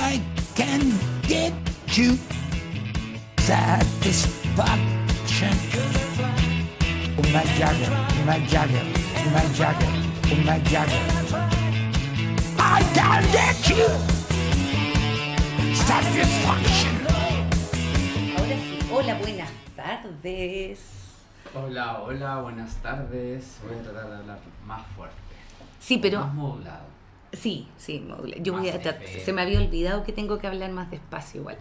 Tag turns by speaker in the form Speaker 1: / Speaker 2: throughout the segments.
Speaker 1: I can get you satisfaction. Matt Jagger, Matt Jagger, Matt Jagger, Matt Jagger. I can get you satisfaction.
Speaker 2: Ahora sí, hola, buenas tardes.
Speaker 3: Hola, hola, buenas tardes. Voy a tratar de hablar más fuerte.
Speaker 2: Sí,
Speaker 3: Más
Speaker 2: pero
Speaker 3: modulado.
Speaker 2: sí, sí, Maule, yo
Speaker 3: Más
Speaker 2: voy a tratar,
Speaker 3: FM.
Speaker 2: se me había olvidado que tengo que hablar más despacio igual.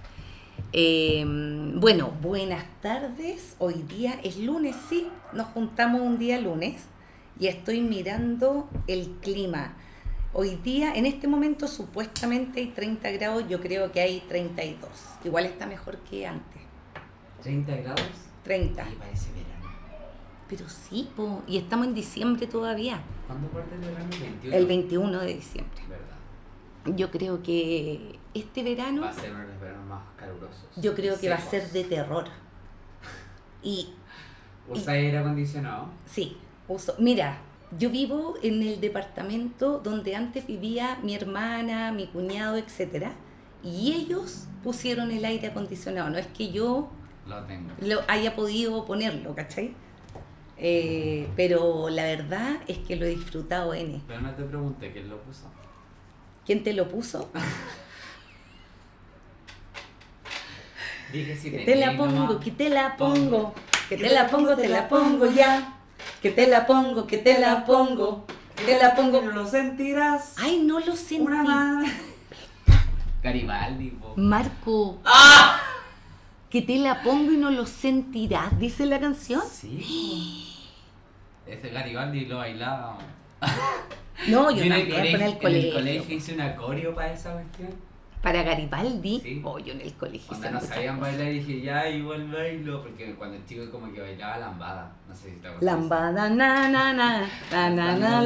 Speaker 2: Eh, bueno, buenas tardes. Hoy día es lunes, sí, nos juntamos un día lunes y estoy mirando el clima. Hoy día, en este momento, supuestamente hay 30 grados, yo creo que hay 32. Igual está mejor que antes.
Speaker 3: 30 grados.
Speaker 2: 30.
Speaker 3: Y parece verano.
Speaker 2: Pero sí, po, y estamos en diciembre todavía,
Speaker 3: ¿Cuándo parte el verano? 21.
Speaker 2: el 21 de diciembre.
Speaker 3: ¿Verdad?
Speaker 2: Yo creo que este
Speaker 3: Va
Speaker 2: verano,
Speaker 3: a ser uno de los veranos más calurosos.
Speaker 2: yo creo que va a
Speaker 3: Secos.
Speaker 2: ser de terror. Y
Speaker 3: Usa aire acondicionado.
Speaker 2: sí, uso. Mira, yo vivo en el departamento donde antes vivía mi hermana, mi cuñado, etcétera, y ellos pusieron el aire acondicionado. No es que yo
Speaker 3: Lo tengo.
Speaker 2: lo haya podido ponerlo, ¿cachai? Eh, pero la verdad es que lo he disfrutado, N.
Speaker 3: Pero no te pregunté quién lo puso.
Speaker 2: ¿Quién te lo puso?
Speaker 3: Dije si
Speaker 2: Que te
Speaker 3: tenía
Speaker 2: la pongo,
Speaker 3: nomás.
Speaker 2: que te la
Speaker 3: Pongo.
Speaker 2: pongo, que te la pongo, te la pongo ya. Que te la pongo, que te la pongo, que te la pongo.
Speaker 3: Pero lo sentirás.
Speaker 2: Ay, no lo sentí.
Speaker 3: Una más. Garibaldi, po.
Speaker 2: Marco. ¡Ah! Que te la pongo y no lo sentirás, dice la canción.
Speaker 3: Sí. po. Ese Garibaldi lo bailaba.
Speaker 2: No, yo
Speaker 3: en
Speaker 2: también, pero en el colegio.
Speaker 3: hice una coreo para esa cuestión.
Speaker 2: Para Garibaldi,
Speaker 3: Sí.
Speaker 2: oh, yo en el colegio.
Speaker 3: Cuando
Speaker 2: hice
Speaker 3: no
Speaker 2: muchas
Speaker 3: sabían
Speaker 2: cosas.
Speaker 3: bailar, dije, ya, igual bailo. Porque cuando el chico como que bailaba lambada. No sé si te acuerdas.
Speaker 2: Lambada, na, na, na, na, na, na,
Speaker 3: Cantando
Speaker 2: lambada.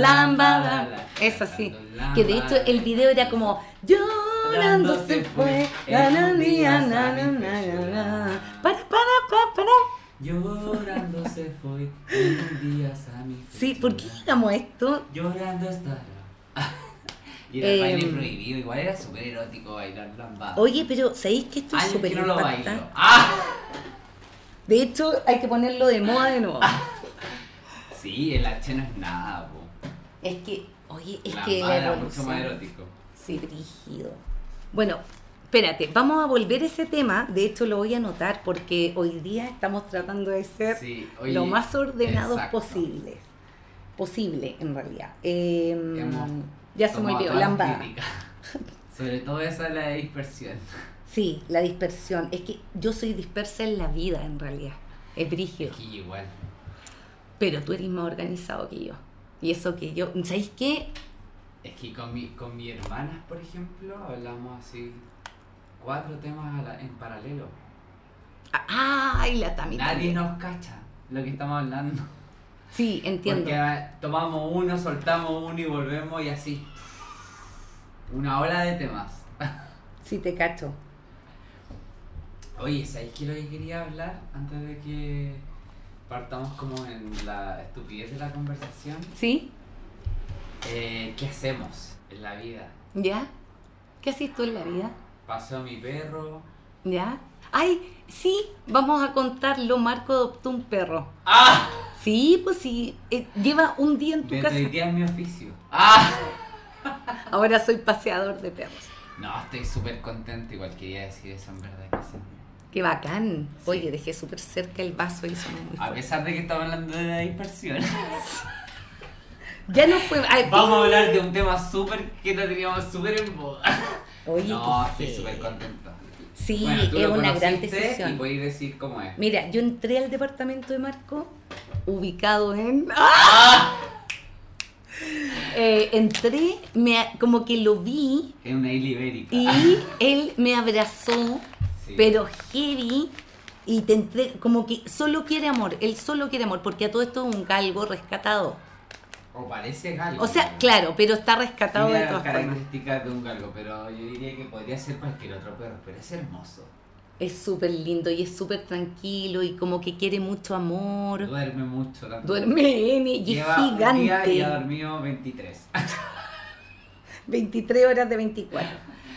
Speaker 3: lambada,
Speaker 2: Es así.
Speaker 3: cantando
Speaker 2: Que de hecho el video era como llorando se fue. Na, na, ni, na, na, na, na, na. Para, para, para, para.
Speaker 3: Llorando se fue un día Sammy.
Speaker 2: Sí, ¿por qué llegamos a esto?
Speaker 3: Llorando estará. y era el
Speaker 2: Eh,
Speaker 3: baile prohibido. Igual era súper erótico bailar lambada.
Speaker 2: Oye, pero ¿sabéis que esto es
Speaker 3: Años
Speaker 2: súper
Speaker 3: que no lo
Speaker 2: impactante?
Speaker 3: bailo. ¡Ah!
Speaker 2: De hecho, hay que ponerlo de moda de nuevo.
Speaker 3: Ah. Sí, el H no es nada, po.
Speaker 2: Es que, oye, es
Speaker 3: La
Speaker 2: que
Speaker 3: mala,
Speaker 2: la
Speaker 3: mucho más
Speaker 2: evolución.
Speaker 3: erótico.
Speaker 2: Sí, brígido. Bueno, espérate, vamos a volver a ese tema. De hecho, lo voy a anotar porque hoy día estamos tratando de ser
Speaker 3: Sí, oye,
Speaker 2: lo más ordenados
Speaker 3: exacto.
Speaker 2: posibles. Posible, en realidad. Eh,
Speaker 3: Hemos
Speaker 2: ya se me
Speaker 3: Tomaba
Speaker 2: olvidó,
Speaker 3: todas las
Speaker 2: lambada.
Speaker 3: críticas. Sobre todo esa de la dispersión.
Speaker 2: Sí, la dispersión. Es que yo soy dispersa en la vida, en realidad. Es brígido.
Speaker 3: Es que igual.
Speaker 2: Pero tú eres más organizado que yo. Y eso que yo. ¿Sabéis qué?
Speaker 3: Es que con mi, con mi hermana, por ejemplo, hablamos así cuatro temas a la- en paralelo.
Speaker 2: Ah, ¡Ay, la tamita!
Speaker 3: Nadie nos cacha lo que estamos hablando.
Speaker 2: Sí, entiendo.
Speaker 3: Porque ah, tomamos uno, soltamos uno y volvemos y así. Una ola de temas.
Speaker 2: Sí, te cacho.
Speaker 3: Oye, ¿sabéis qué es lo que quería hablar antes de que partamos como en la estupidez de la conversación?
Speaker 2: ¿Sí?
Speaker 3: Eh, ¿Qué hacemos en la vida?
Speaker 2: ¿Ya? ¿Qué haces tú en la vida?
Speaker 3: Paseo a mi perro.
Speaker 2: ¿Ya? ¡Ay! Sí, vamos a contarlo. Marco adoptó un perro.
Speaker 3: ¡Ah!
Speaker 2: Sí, pues sí. eh, lleva un día en tu
Speaker 3: Me
Speaker 2: casa.
Speaker 3: tuiteé en mi oficio. ¡Ah!
Speaker 2: Ahora soy paseador de perros.
Speaker 3: No, estoy súper contento. Igual quería decir eso en verdad que sí.
Speaker 2: ¡Qué bacán!
Speaker 3: Sí.
Speaker 2: Oye, dejé súper cerca el vaso y sonó muy
Speaker 3: A
Speaker 2: fuerte.
Speaker 3: pesar de que estamos hablando de la dispersión,
Speaker 2: Ya no fue... ay,
Speaker 3: vamos a hablar de un tema súper que lo teníamos súper en boga.
Speaker 2: Oye,
Speaker 3: No,
Speaker 2: qué
Speaker 3: estoy
Speaker 2: feo.
Speaker 3: súper contento.
Speaker 2: Sí,
Speaker 3: Bueno, tú
Speaker 2: es
Speaker 3: lo
Speaker 2: una gran
Speaker 3: conociste Y
Speaker 2: decisión.
Speaker 3: podéis decir cómo es.
Speaker 2: Mira, yo entré al departamento de Marco, ubicado en. ¡Ah! Eh, entré, me, a- como que lo vi
Speaker 3: Es una isla ibérica.
Speaker 2: y él me abrazó,
Speaker 3: Ah. Sí.
Speaker 2: pero heavy. Y te entré, como que solo quiere amor, él solo quiere amor, porque a todo esto es un galgo rescatado.
Speaker 3: O parece galgo.
Speaker 2: O sea, claro, pero está rescatado
Speaker 3: Tiene
Speaker 2: de
Speaker 3: las
Speaker 2: todas formas.
Speaker 3: características de un galgo, pero yo diría que podría ser cualquier otro perro, pero es hermoso.
Speaker 2: Es súper lindo y es súper tranquilo y como que quiere mucho amor.
Speaker 3: Duerme mucho también.
Speaker 2: Duerme N y es
Speaker 3: Lleva un
Speaker 2: gigante.
Speaker 3: día y ha dormido 23.
Speaker 2: 23 horas de 24.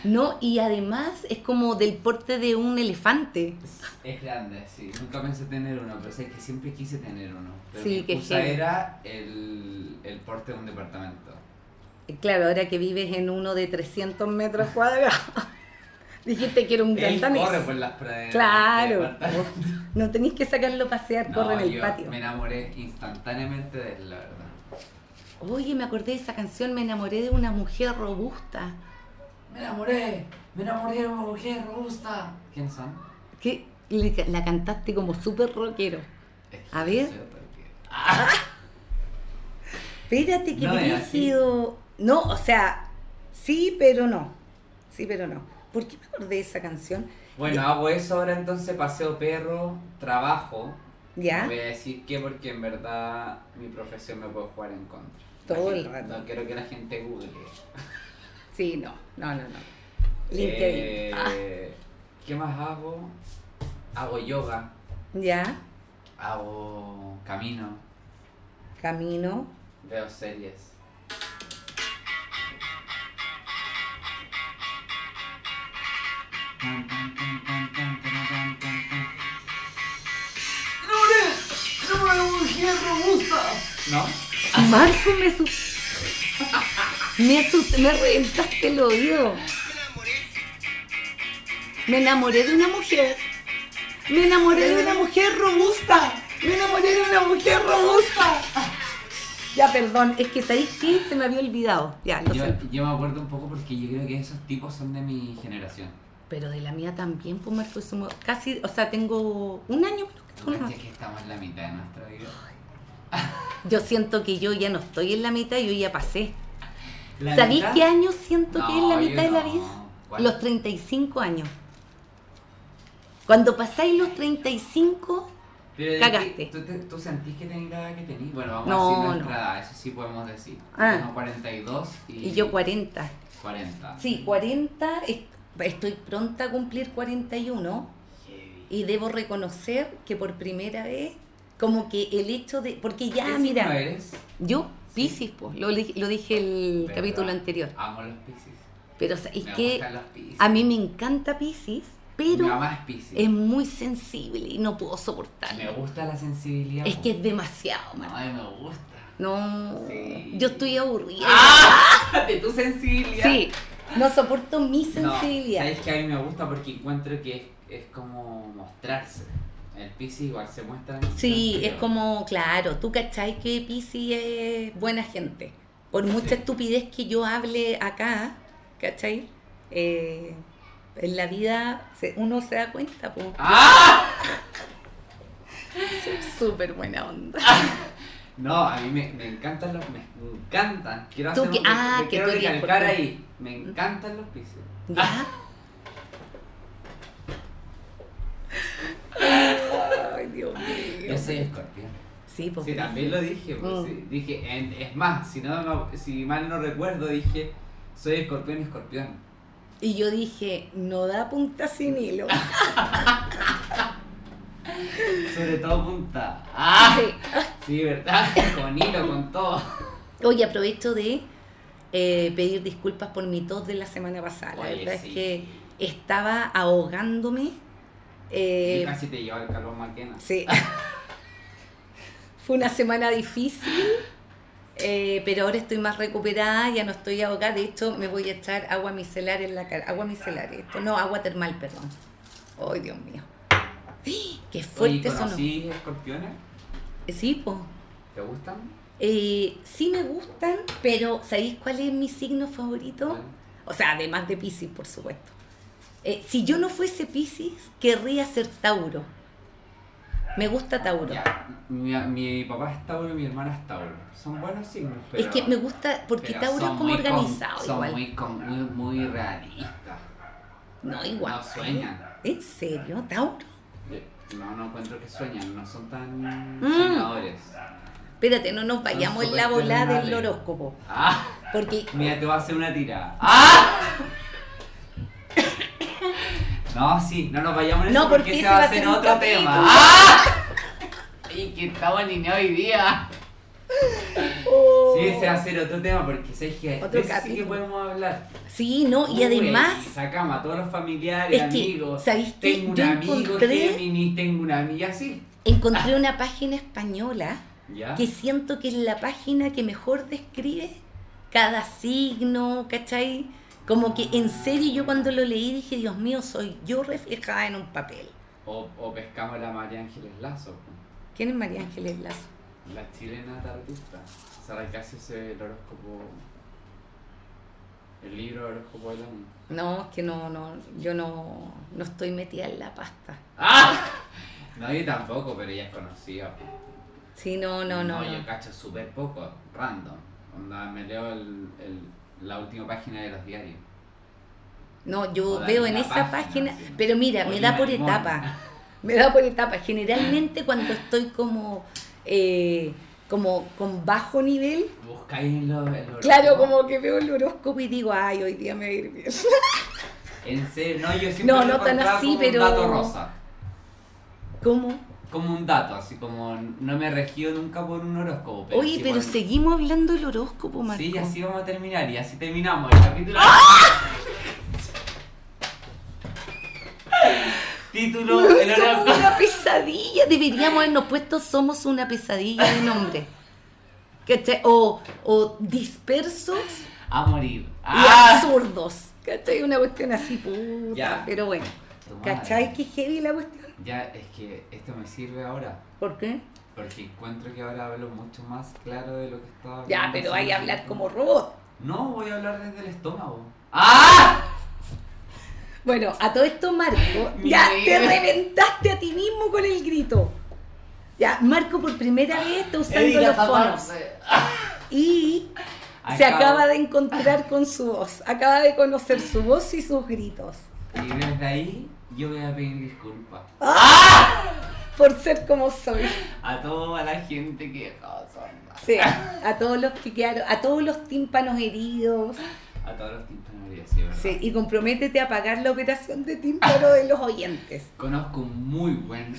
Speaker 2: No, y además es como del porte de un elefante.
Speaker 3: Es grande, sí. Nunca pensé tener uno, pero sé que siempre quise tener uno. Pero
Speaker 2: Sí,
Speaker 3: mi
Speaker 2: que
Speaker 3: excusa
Speaker 2: heavy.
Speaker 3: era el, el porte de un departamento.
Speaker 2: Eh, Claro, ahora que vives en uno de 300 metros cuadrados, dijiste que era un
Speaker 3: Él
Speaker 2: gran
Speaker 3: corre por las praderas.
Speaker 2: Claro.
Speaker 3: del departamento.
Speaker 2: No tenéis que sacarlo a pasear,
Speaker 3: No,
Speaker 2: corre en el
Speaker 3: yo
Speaker 2: patio.
Speaker 3: me enamoré instantáneamente de él, la verdad.
Speaker 2: Oye, me acordé de esa canción, me enamoré de una mujer robusta.
Speaker 3: Me enamoré, me enamoré de una mujer robusta. ¿Quién son?
Speaker 2: Que le ca- la cantaste como súper rockero.
Speaker 3: Es que
Speaker 2: A
Speaker 3: no
Speaker 2: ver.
Speaker 3: sé por qué.
Speaker 2: Espérate, que
Speaker 3: No es así.
Speaker 2: brígido. No, o sea, sí, pero no. Sí, pero no. ¿Por qué me acordé de esa canción?
Speaker 3: Bueno, hago eso ahora entonces, paseo perro, trabajo.
Speaker 2: ¿Ya?
Speaker 3: Voy a decir que porque en verdad mi profesión me puede jugar en contra. La
Speaker 2: Todo el
Speaker 3: gente-
Speaker 2: rato.
Speaker 3: No quiero que la gente google.
Speaker 2: Sí, no, no, no, no.
Speaker 3: Eh,
Speaker 2: LinkedIn. Ah,
Speaker 3: ¿Qué más hago? Hago yoga,
Speaker 2: ya,
Speaker 3: hago camino,
Speaker 2: camino.
Speaker 3: veo series. Tan, tan, tan, tan, tan, tan, tan, tan, tan. ¡Enamoré! ¡Enamoré de una mujer robusta! ¿No?
Speaker 2: Marco, me asusté. Me asusté, me reventaste el oído. Me enamoré de una mujer. Me enamoré de una mujer robusta. Me enamoré de una mujer robusta. Ya, perdón, es que sabéis que se me había olvidado. Ya, lo
Speaker 3: Yo,
Speaker 2: siento.
Speaker 3: yo me acuerdo un poco porque yo creo que esos tipos son de mi generación.
Speaker 2: Pero de la mía también, pues Marco, somos casi, o sea, tengo un año menos que tú,
Speaker 3: ¿Tú
Speaker 2: ¿no?
Speaker 3: cachas que estamos en la mitad de nuestra vida?
Speaker 2: Yo siento que yo ya no estoy en la mitad, yo ya pasé.
Speaker 3: ¿La
Speaker 2: ¿Sabéis
Speaker 3: mitad?
Speaker 2: qué año siento que es la
Speaker 3: No, yo
Speaker 2: mitad de la
Speaker 3: no.
Speaker 2: vida?
Speaker 3: ¿Cuál?
Speaker 2: Los 35 años. Cuando pasáis los 35,
Speaker 3: Pero de
Speaker 2: Cagaste.
Speaker 3: ti, ¿tú, te- tú sentís que tenés la edad que tenés? Bueno, vamos
Speaker 2: No,
Speaker 3: a decir nuestra
Speaker 2: no.
Speaker 3: edad, eso sí podemos decir.
Speaker 2: Ah.
Speaker 3: Tengo 42 y,
Speaker 2: y yo 40.
Speaker 3: 40.
Speaker 2: Sí, 40, est- estoy pronta a cumplir 41
Speaker 3: Heavy.
Speaker 2: y debo reconocer que por primera vez, como que el hecho de... Porque ya,
Speaker 3: ¿Qué signo
Speaker 2: Ah, mira,
Speaker 3: eres?
Speaker 2: yo, Piscis, pues, lo, li- lo dije el
Speaker 3: ¿Verdad?
Speaker 2: capítulo anterior,
Speaker 3: Amo los piscis.
Speaker 2: pero es
Speaker 3: Me
Speaker 2: que
Speaker 3: gustan los piscis.
Speaker 2: a mí me encanta Piscis,
Speaker 3: Mi
Speaker 2: pero
Speaker 3: mamá es piscis.
Speaker 2: es muy sensible y no puedo soportarlo.
Speaker 3: Me gusta la sensibilidad.
Speaker 2: Es que
Speaker 3: po.
Speaker 2: es demasiado,
Speaker 3: No,
Speaker 2: Marco.
Speaker 3: ay, me gusta.
Speaker 2: No,
Speaker 3: Sí.
Speaker 2: yo estoy aburrida.
Speaker 3: De tu sensibilidad.
Speaker 2: Sí, no soporto mi
Speaker 3: No,
Speaker 2: sensibilidad.
Speaker 3: sabes que a mí me gusta porque encuentro que es, es como mostrarse. El piscis igual se muestra. en el
Speaker 2: sí,
Speaker 3: sentido.
Speaker 2: es como, claro, tú cachai que Pisi es buena gente. Por mucha
Speaker 3: Sí.
Speaker 2: estupidez que yo hable acá, ¿cachai? Eh, en la vida se- uno se da cuenta, pues.
Speaker 3: ¡Ah!
Speaker 2: Súper buena onda.
Speaker 3: No, a mí me, me encantan los. Me encantan. Quiero
Speaker 2: Tú
Speaker 3: hacer
Speaker 2: que-
Speaker 3: un-
Speaker 2: ah,
Speaker 3: me
Speaker 2: que
Speaker 3: quiero
Speaker 2: tú eres
Speaker 3: recalcar
Speaker 2: porque-
Speaker 3: ahí. Me encantan los piscis.
Speaker 2: ¿Ya? Ay, Dios mío.
Speaker 3: Yo soy escorpión.
Speaker 2: Sí, pues.
Speaker 3: Sí, también lo dije. pues,
Speaker 2: Mm.
Speaker 3: sí. Dije, en- es más, si, no, me- si mal no recuerdo, dije, soy escorpión, escorpión.
Speaker 2: Y yo dije, no da punta sin hilo.
Speaker 3: Sobre todo punta. ¡Ah!
Speaker 2: Sí.
Speaker 3: Sí, ¿verdad? Con hilo, con todo.
Speaker 2: Oye, aprovecho de eh, pedir disculpas por mi tos de la semana pasada. La
Speaker 3: Oye,
Speaker 2: verdad
Speaker 3: sí.
Speaker 2: es que estaba ahogándome. eh,
Speaker 3: Yo casi te lleva el calor maquena.
Speaker 2: sí. Fue una semana difícil, eh, pero ahora estoy más recuperada, ya no estoy ahogada. De hecho, me voy a echar agua micelar en la cara. Agua micelar, esto. No, agua termal, perdón. Ay, Dios mío. ¡Ah! ¡Qué
Speaker 3: Oye,
Speaker 2: fuerte sonó!
Speaker 3: ¿conocí escorpiones?
Speaker 2: Sí, pues.
Speaker 3: ¿Te gustan?
Speaker 2: Eh, sí me gustan, pero ¿sabéis cuál es mi signo favorito? O sea, además de Pisces, por supuesto. Eh, si yo no fuese Pisces, querría ser Tauro. Me gusta Tauro.
Speaker 3: Ya, mi, mi papá es Tauro y mi hermana es Tauro. Son buenos signos, pero.
Speaker 2: es que me gusta, porque
Speaker 3: pero
Speaker 2: Tauro es
Speaker 3: son
Speaker 2: como
Speaker 3: muy con-
Speaker 2: organizado
Speaker 3: son
Speaker 2: igual.
Speaker 3: Muy, con- muy, muy realistas.
Speaker 2: No, igual.
Speaker 3: No sueñan. Eh,
Speaker 2: ¿En serio? ¿Tauro?
Speaker 3: No, no encuentro que sueñan. No son tan
Speaker 2: Mm.
Speaker 3: soñadores.
Speaker 2: Espérate, no nos vayamos en la bola del
Speaker 3: superterrenales.
Speaker 2: horóscopo.
Speaker 3: ¡Ah!
Speaker 2: Porque
Speaker 3: Mira, te voy a hacer una tirada. ¡Ah! No, sí, no nos vayamos en
Speaker 2: No,
Speaker 3: eso
Speaker 2: porque
Speaker 3: porque,
Speaker 2: ese
Speaker 3: se va
Speaker 2: va
Speaker 3: a
Speaker 2: a
Speaker 3: hacer
Speaker 2: ser un
Speaker 3: otro
Speaker 2: capítulo.
Speaker 3: tema. ¡Ah! Y que estamos alineados hoy día. Sí, se va a hacer otro tema porque sabes que
Speaker 2: Otro
Speaker 3: de eso sí que
Speaker 2: capítulo.
Speaker 3: podemos hablar.
Speaker 2: Sí, no, y
Speaker 3: Uy,
Speaker 2: además,
Speaker 3: Sacamos a todos los familiares,
Speaker 2: Es que,
Speaker 3: amigos.
Speaker 2: ¿sabéis qué?
Speaker 3: Tengo un
Speaker 2: Yo
Speaker 3: amigo
Speaker 2: encontré-
Speaker 3: Géminis, tengo una amiga así.
Speaker 2: encontré una página española
Speaker 3: ¿Ya?
Speaker 2: que siento que es la página que mejor describe cada signo, ¿cachai? Como que en serio yo cuando lo leí dije, Dios mío, soy yo reflejada en un papel.
Speaker 3: O, o pescamos la María Ángeles Lazo, po,
Speaker 2: ¿Quién es María Ángeles Lazo?
Speaker 3: la chilena tarotista. O sea, la que hace ese el horóscopo. El libro horóscopo del año.
Speaker 2: No, es que no, no, yo no, no estoy metida en la pasta.
Speaker 3: ¡Ah! No, yo tampoco, pero ella es conocida. po.
Speaker 2: Sí, no, no, no.
Speaker 3: yo
Speaker 2: no.
Speaker 3: cacho súper poco, random. Onda, me leo el, el- la última página de los diarios.
Speaker 2: No, yo
Speaker 3: O la-
Speaker 2: veo en
Speaker 3: la
Speaker 2: esa
Speaker 3: página,
Speaker 2: página,
Speaker 3: sí.
Speaker 2: pero mira,
Speaker 3: O
Speaker 2: me
Speaker 3: el
Speaker 2: da por
Speaker 3: matrimonio.
Speaker 2: etapa. Me da por etapa. Generalmente cuando estoy como, eh, como con bajo nivel,
Speaker 3: Buscáis en los. en los
Speaker 2: claro,
Speaker 3: horóscopos.
Speaker 2: como que veo el horóscopo y digo, ay, hoy día me va a ir bien.
Speaker 3: En serio, no, yo siempre
Speaker 2: No,
Speaker 3: lo
Speaker 2: no tan
Speaker 3: encontraba
Speaker 2: así,
Speaker 3: como
Speaker 2: pero-
Speaker 3: Un dato rosa.
Speaker 2: ¿Cómo?
Speaker 3: Como un dato, así como no me he regido nunca por un horóscopo. Pero
Speaker 2: Oye,
Speaker 3: sí,
Speaker 2: pero
Speaker 3: bueno,
Speaker 2: seguimos hablando del horóscopo, Marco.
Speaker 3: Sí, y así vamos a terminar, y así terminamos el capítulo. Título: El
Speaker 2: Somos
Speaker 3: horóscopo.
Speaker 2: una pesadilla. Deberíamos habernos puesto Somos una pesadilla de nombre. ¿Cachai? O, o dispersos
Speaker 3: A morir.
Speaker 2: y
Speaker 3: ¡Ah!
Speaker 2: absurdos. ¿Cachai? Una cuestión así, puta.
Speaker 3: Ya.
Speaker 2: Pero bueno.
Speaker 3: Tu madre.
Speaker 2: ¿Cachai? Qué heavy la cuestión.
Speaker 3: Ya, es que esto me sirve ahora.
Speaker 2: ¿Por qué?
Speaker 3: Porque encuentro que ahora hablo mucho más claro de lo que estaba hablando.
Speaker 2: Ya, pero
Speaker 3: hace
Speaker 2: hay que
Speaker 3: mucho
Speaker 2: hablar
Speaker 3: tiempo.
Speaker 2: como robot.
Speaker 3: No, voy a hablar desde el estómago. ¡Ah!
Speaker 2: Bueno, a todo esto, Marco,
Speaker 3: Mi
Speaker 2: ya te
Speaker 3: vida.
Speaker 2: reventaste a ti mismo con el grito. Ya, Marco por primera vez está usando
Speaker 3: Evita
Speaker 2: los fonos.
Speaker 3: taparse.
Speaker 2: Y se
Speaker 3: Acabo-
Speaker 2: acaba de encontrar con su voz. Acaba de conocer su voz y sus gritos.
Speaker 3: Y desde ahí yo voy a pedir disculpas.
Speaker 2: Por ser como soy.
Speaker 3: A toda la gente que oh, he dejado sorda.
Speaker 2: Sí, a todos los que quedaron, a todos los tímpanos heridos.
Speaker 3: A todos los tintonerías, sí, ¿verdad?
Speaker 2: Sí, y comprométete a pagar la operación de tímpano de los oyentes.
Speaker 3: Conozco un muy buen.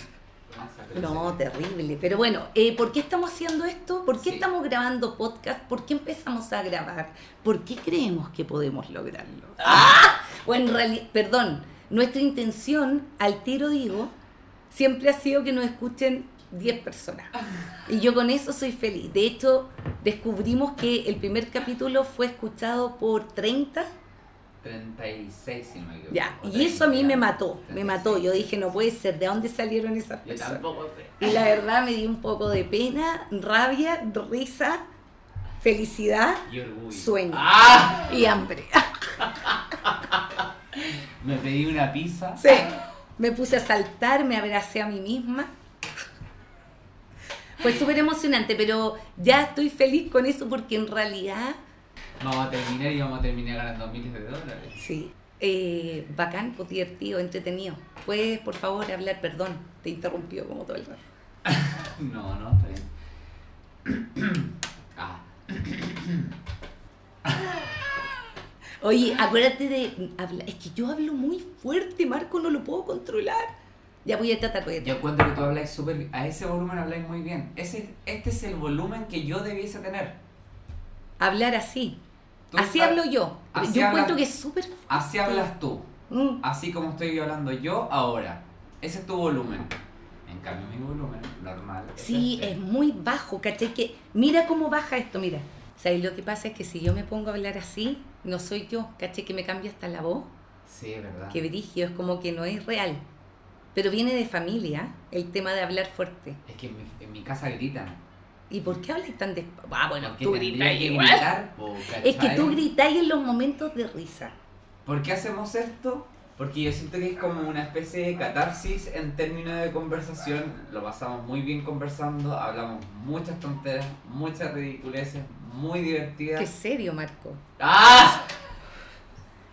Speaker 2: No, terrible. Pero bueno, eh, ¿por qué estamos haciendo esto? ¿Por qué
Speaker 3: Sí.
Speaker 2: estamos grabando podcast? ¿Por qué empezamos a grabar? ¿Por qué creemos que podemos lograrlo? Ah,
Speaker 3: Ah.
Speaker 2: O en realidad, perdón, nuestra intención, al tiro digo, siempre ha sido que nos escuchen 10 personas. Y yo con eso soy feliz. De hecho, descubrimos que el primer capítulo fue escuchado por 30.
Speaker 3: 36, si no me equivoco.
Speaker 2: Ya,
Speaker 3: O
Speaker 2: y eso a mí me
Speaker 3: 30,
Speaker 2: mató, me mató.
Speaker 3: 36.
Speaker 2: Yo dije, no puede ser, ¿de dónde salieron esas
Speaker 3: Yo
Speaker 2: personas?
Speaker 3: tampoco sé.
Speaker 2: Y la verdad me dio un poco de pena, rabia, risa, felicidad
Speaker 3: Y orgullo.
Speaker 2: Sueño.
Speaker 3: ¡Ah!
Speaker 2: y hambre.
Speaker 3: Me pedí una pizza.
Speaker 2: Sí. Me puse a saltar, me abracé a mí misma. Fue súper emocionante, pero ya estoy feliz con eso porque en realidad,
Speaker 3: Vamos a terminar y vamos a terminar ganando miles de dólares.
Speaker 2: sí, eh, bacán, pues divertido, entretenido. Puedes, por favor, hablar, perdón, te interrumpió como todo el rato.
Speaker 3: No, no, está bien. ah,
Speaker 2: Oye, acuérdate de hablar. Es que yo hablo muy fuerte, Marco, no lo puedo controlar. Ya voy a tratar, voy a tratar.
Speaker 3: yo encuentro que tú habláis súper bien. A ese volumen habláis muy bien. Ese, este es el volumen que yo debiese tener.
Speaker 2: hablar así.
Speaker 3: Tú
Speaker 2: Así
Speaker 3: hab-
Speaker 2: hablo yo.
Speaker 3: así
Speaker 2: yo
Speaker 3: habla-
Speaker 2: encuentro que es súper...
Speaker 3: Así hablas tú.
Speaker 2: Mm.
Speaker 3: Así como estoy hablando yo ahora. Ese es tu volumen. En cambio, mi volumen normal. es
Speaker 2: Sí,
Speaker 3: este.
Speaker 2: es muy bajo, ¿cachai? Que mira cómo baja esto, mira. O sea, y lo que pasa es que si yo me pongo a hablar así, no soy yo, ¿cachai? Que me cambia hasta la voz,
Speaker 3: Sí, es verdad.
Speaker 2: que brígido, es como que no es real. Pero viene de familia el tema de hablar fuerte.
Speaker 3: Es que en mi, en mi casa gritan.
Speaker 2: ¿Y por qué hablas tan despacio? Ah, bueno,
Speaker 3: Porque
Speaker 2: tú
Speaker 3: tendría
Speaker 2: gritas
Speaker 3: que
Speaker 2: igual.
Speaker 3: gritar. po,
Speaker 2: Es que tú
Speaker 3: ¿cachai?
Speaker 2: gritáis en los momentos de risa.
Speaker 3: ¿Por qué hacemos esto? Porque yo siento que es como una especie de catarsis en términos de conversación. Lo pasamos muy bien conversando, hablamos muchas tonteras, muchas ridiculeces, muy
Speaker 2: Qué
Speaker 3: divertidas.
Speaker 2: serio, Marco.
Speaker 3: ¡Ah!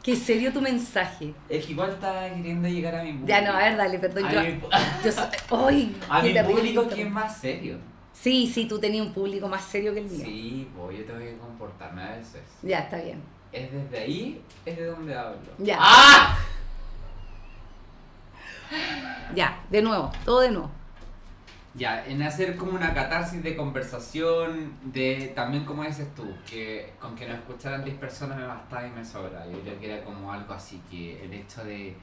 Speaker 2: Qué serio tu mensaje.
Speaker 3: Es que igual estaba queriendo llegar a mi público.
Speaker 2: Ya no, a ver, dale, perdón.
Speaker 3: A
Speaker 2: yo,
Speaker 3: mi, pu-
Speaker 2: Yo soy- ¡Ay!
Speaker 3: a
Speaker 2: qué
Speaker 3: mi
Speaker 2: terrible
Speaker 3: público
Speaker 2: esto.
Speaker 3: que es más serio.
Speaker 2: Sí, sí, tú tenías un público más serio que el mío.
Speaker 3: Sí, pues yo tengo que comportarme a veces.
Speaker 2: Ya, está bien.
Speaker 3: Es desde ahí, es de donde hablo.
Speaker 2: Ya.
Speaker 3: ¡Ah!
Speaker 2: Ya, de nuevo, todo de nuevo.
Speaker 3: Ya, en hacer como una catarsis de conversación, de también como dices tú, que con que nos escucharan 10 personas me bastaba y me sobra. Yo creo que era como algo así, que el hecho de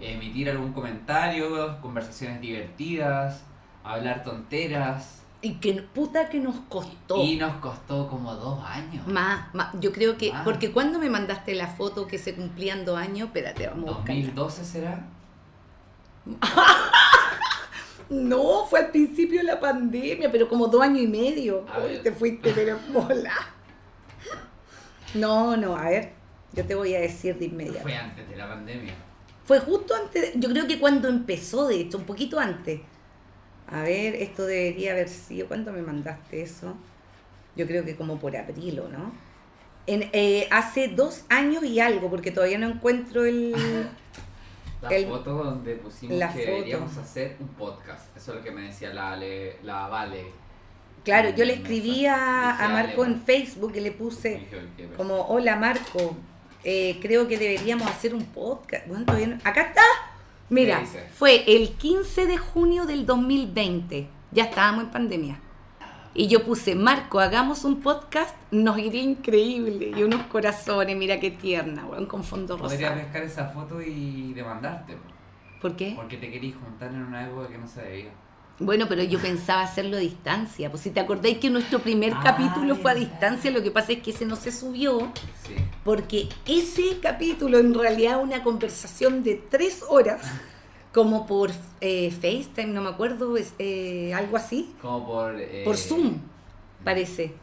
Speaker 3: emitir algún comentario, conversaciones divertidas, hablar tonteras.
Speaker 2: Y que puta que nos costó.
Speaker 3: Y nos costó como dos años.
Speaker 2: Más, más. Yo creo que.
Speaker 3: Más.
Speaker 2: Porque cuando me mandaste la foto que se cumplían dos años, espérate, vamos a buscarla.
Speaker 3: ¿2012 será?
Speaker 2: No, fue al principio de la pandemia, pero como dos años y medio.
Speaker 3: A
Speaker 2: Uy,
Speaker 3: ver.
Speaker 2: te fuiste, pero mola. No, no, a ver, yo te voy a decir de inmediato.
Speaker 3: Fue antes de la pandemia.
Speaker 2: Fue justo antes, de- yo creo que cuando empezó, de hecho, un poquito antes. A ver, esto debería haber sido, ¿cuándo me mandaste eso? Yo creo que como por abril, ¿o no? En, eh, hace dos años y algo, porque todavía no encuentro el...
Speaker 3: La
Speaker 2: El-
Speaker 3: foto donde pusimos
Speaker 2: la
Speaker 3: que
Speaker 2: foto.
Speaker 3: deberíamos hacer un podcast. Eso es lo que me decía la, Ale- la Vale.
Speaker 2: Claro, yo le escribí a, a
Speaker 3: Dije,
Speaker 2: Marco
Speaker 3: "Ale,
Speaker 2: en Facebook y le puse...
Speaker 3: Dije, "Oye, qué
Speaker 2: Como, hola Marco, eh, creo que deberíamos hacer un podcast. Bueno, todavía no- Acá está. Mira,
Speaker 3: ¿Qué dice?
Speaker 2: fue el 15 de junio del 2020. Ya estábamos en pandemia. Y yo puse, Marco, hagamos un podcast, nos iría increíble. Y unos corazones, mira qué tierna, weón, con fondo
Speaker 3: Podría
Speaker 2: rosa.
Speaker 3: pescar esa foto y demandarte, po,
Speaker 2: ¿Por qué?
Speaker 3: porque te querías juntar en una época que no se debía.
Speaker 2: Bueno, pero yo pensaba hacerlo a distancia. Pues si te acordáis que nuestro primer
Speaker 3: Ah,
Speaker 2: capítulo fue a
Speaker 3: verdad.
Speaker 2: distancia, lo que pasa es que ese no se subió.
Speaker 3: Sí.
Speaker 2: Porque ese capítulo, en realidad, una conversación de tres horas, como por eh, FaceTime, no me acuerdo, es, eh, algo así,
Speaker 3: Como por... eh,
Speaker 2: por Zoom, parece.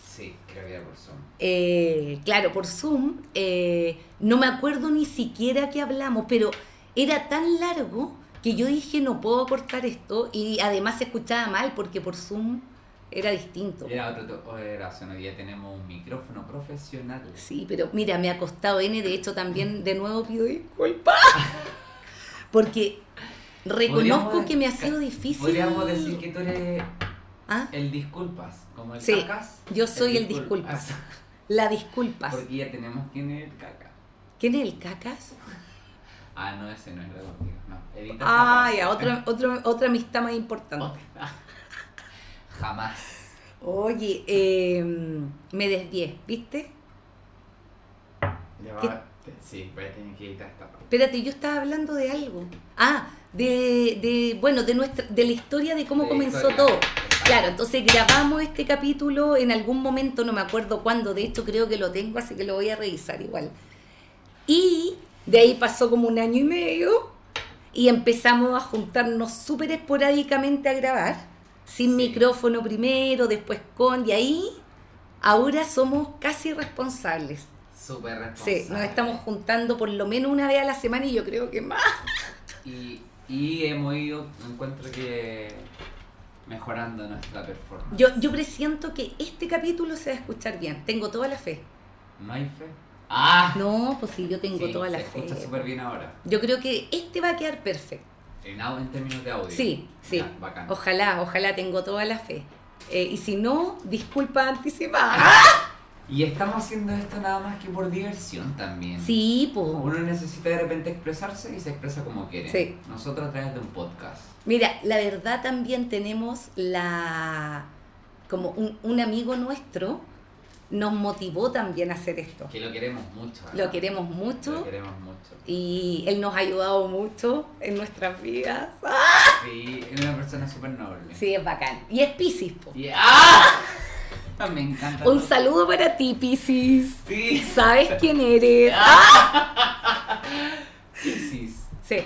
Speaker 3: Sí, creo que era por Zoom.
Speaker 2: Eh, claro, por Zoom, eh, no me acuerdo ni siquiera qué hablamos, pero era tan largo que yo dije, no puedo cortar esto, y además se escuchaba mal porque por Zoom era distinto.
Speaker 3: Era otro to- otra oración. Hoy día tenemos un micrófono profesional.
Speaker 2: Sí, pero mira, me ha costado N, de hecho también de nuevo pido disculpas. Porque reconozco
Speaker 3: Podríamos-
Speaker 2: que me ha sido difícil.
Speaker 3: Podríamos decir que tú eres
Speaker 2: Ah,
Speaker 3: el disculpas, como el
Speaker 2: Sí,
Speaker 3: cacas.
Speaker 2: yo soy el disculpas. La disculpas.
Speaker 3: Porque ya tenemos quién es el caca.
Speaker 2: ¿Quién es el cacas?
Speaker 3: Ah, no, ese no es el contigo, no. Edita esta
Speaker 2: Ay, a
Speaker 3: parte.
Speaker 2: Ah, otra, otra, otra amistad más
Speaker 3: Ah.
Speaker 2: importante.
Speaker 3: Jamás.
Speaker 2: Oye, eh, me desvié, ¿viste?
Speaker 3: Ya
Speaker 2: ¿Qué?
Speaker 3: va- te- Sí, voy a tener que editar esta parte.
Speaker 2: Espérate, yo estaba hablando de algo. Ah, de, de bueno, de nuestra, de la historia de cómo
Speaker 3: De
Speaker 2: comenzó
Speaker 3: historia.
Speaker 2: todo. Claro, entonces grabamos este capítulo en algún momento, no me acuerdo cuándo, de hecho creo que lo tengo, así que lo voy a revisar igual. Y de ahí pasó como un año y medio y empezamos a juntarnos súper esporádicamente a grabar, sin
Speaker 3: Sí.
Speaker 2: micrófono primero, después con, y ahí ahora somos casi responsables.
Speaker 3: Súper responsable.
Speaker 2: Sí, nos estamos juntando por lo menos una vez a la semana y yo creo que más.
Speaker 3: Y, y hemos ido, encuentro que mejorando nuestra performance.
Speaker 2: Yo, yo presiento que este capítulo se va a escuchar bien. Tengo toda la fe.
Speaker 3: ¿No hay fe? ¡Ah!
Speaker 2: No, pues sí, yo tengo
Speaker 3: Sí,
Speaker 2: toda la
Speaker 3: se
Speaker 2: fe.
Speaker 3: escucha súper bien ahora.
Speaker 2: Yo creo que este va a quedar perfecto.
Speaker 3: En, au- en términos de audio.
Speaker 2: Sí, sí.
Speaker 3: Ya, bacán.
Speaker 2: Ojalá, ojalá tengo toda la fe. Eh, y si no, disculpa
Speaker 3: Ah.
Speaker 2: anticipada.
Speaker 3: Y estamos haciendo esto nada más que por diversión también.
Speaker 2: Sí, pues.
Speaker 3: Uno necesita de repente expresarse y se expresa como quiere.
Speaker 2: Sí.
Speaker 3: Nosotros a través de un podcast.
Speaker 2: Mira, la verdad también tenemos la... Como un, un amigo nuestro nos motivó también a hacer esto.
Speaker 3: Que lo queremos mucho. ¿verdad?
Speaker 2: Lo queremos mucho.
Speaker 3: Lo queremos mucho.
Speaker 2: y él nos ha ayudado mucho en nuestras vidas. ¡Ah!
Speaker 3: Sí, es una persona súper noble.
Speaker 2: Sí, es bacán. Y es Piscis. po.
Speaker 3: Y- ¡Ah! Me encanta.
Speaker 2: Un saludo para ti, Piscis.
Speaker 3: Sí. Ah.
Speaker 2: ¿Sabes quién eres?
Speaker 3: Piscis.
Speaker 2: Sí.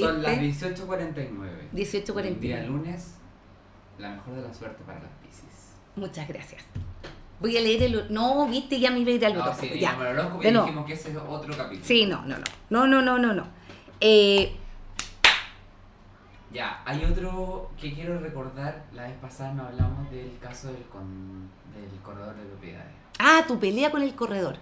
Speaker 3: Son las
Speaker 2: ¿Viste?
Speaker 3: 18.49.
Speaker 2: 18.49.
Speaker 3: Un Día lunes. La mejor de la suerte para las Piscis.
Speaker 2: Muchas gracias. Voy a leer el... No, viste, ya me iba a ir al
Speaker 3: No,
Speaker 2: horóscopo,
Speaker 3: Ah, sí,
Speaker 2: ya.
Speaker 3: leímos el horóscopo
Speaker 2: De
Speaker 3: y
Speaker 2: nuevo.
Speaker 3: dijimos que ese es otro capítulo.
Speaker 2: Sí, no, no, no. No, no, no, no, no. Eh,
Speaker 3: Ya, hay otro que quiero recordar. La vez pasada nos hablamos del caso del, con, del corredor de propiedades.
Speaker 2: ah, tu pelea con el corredor.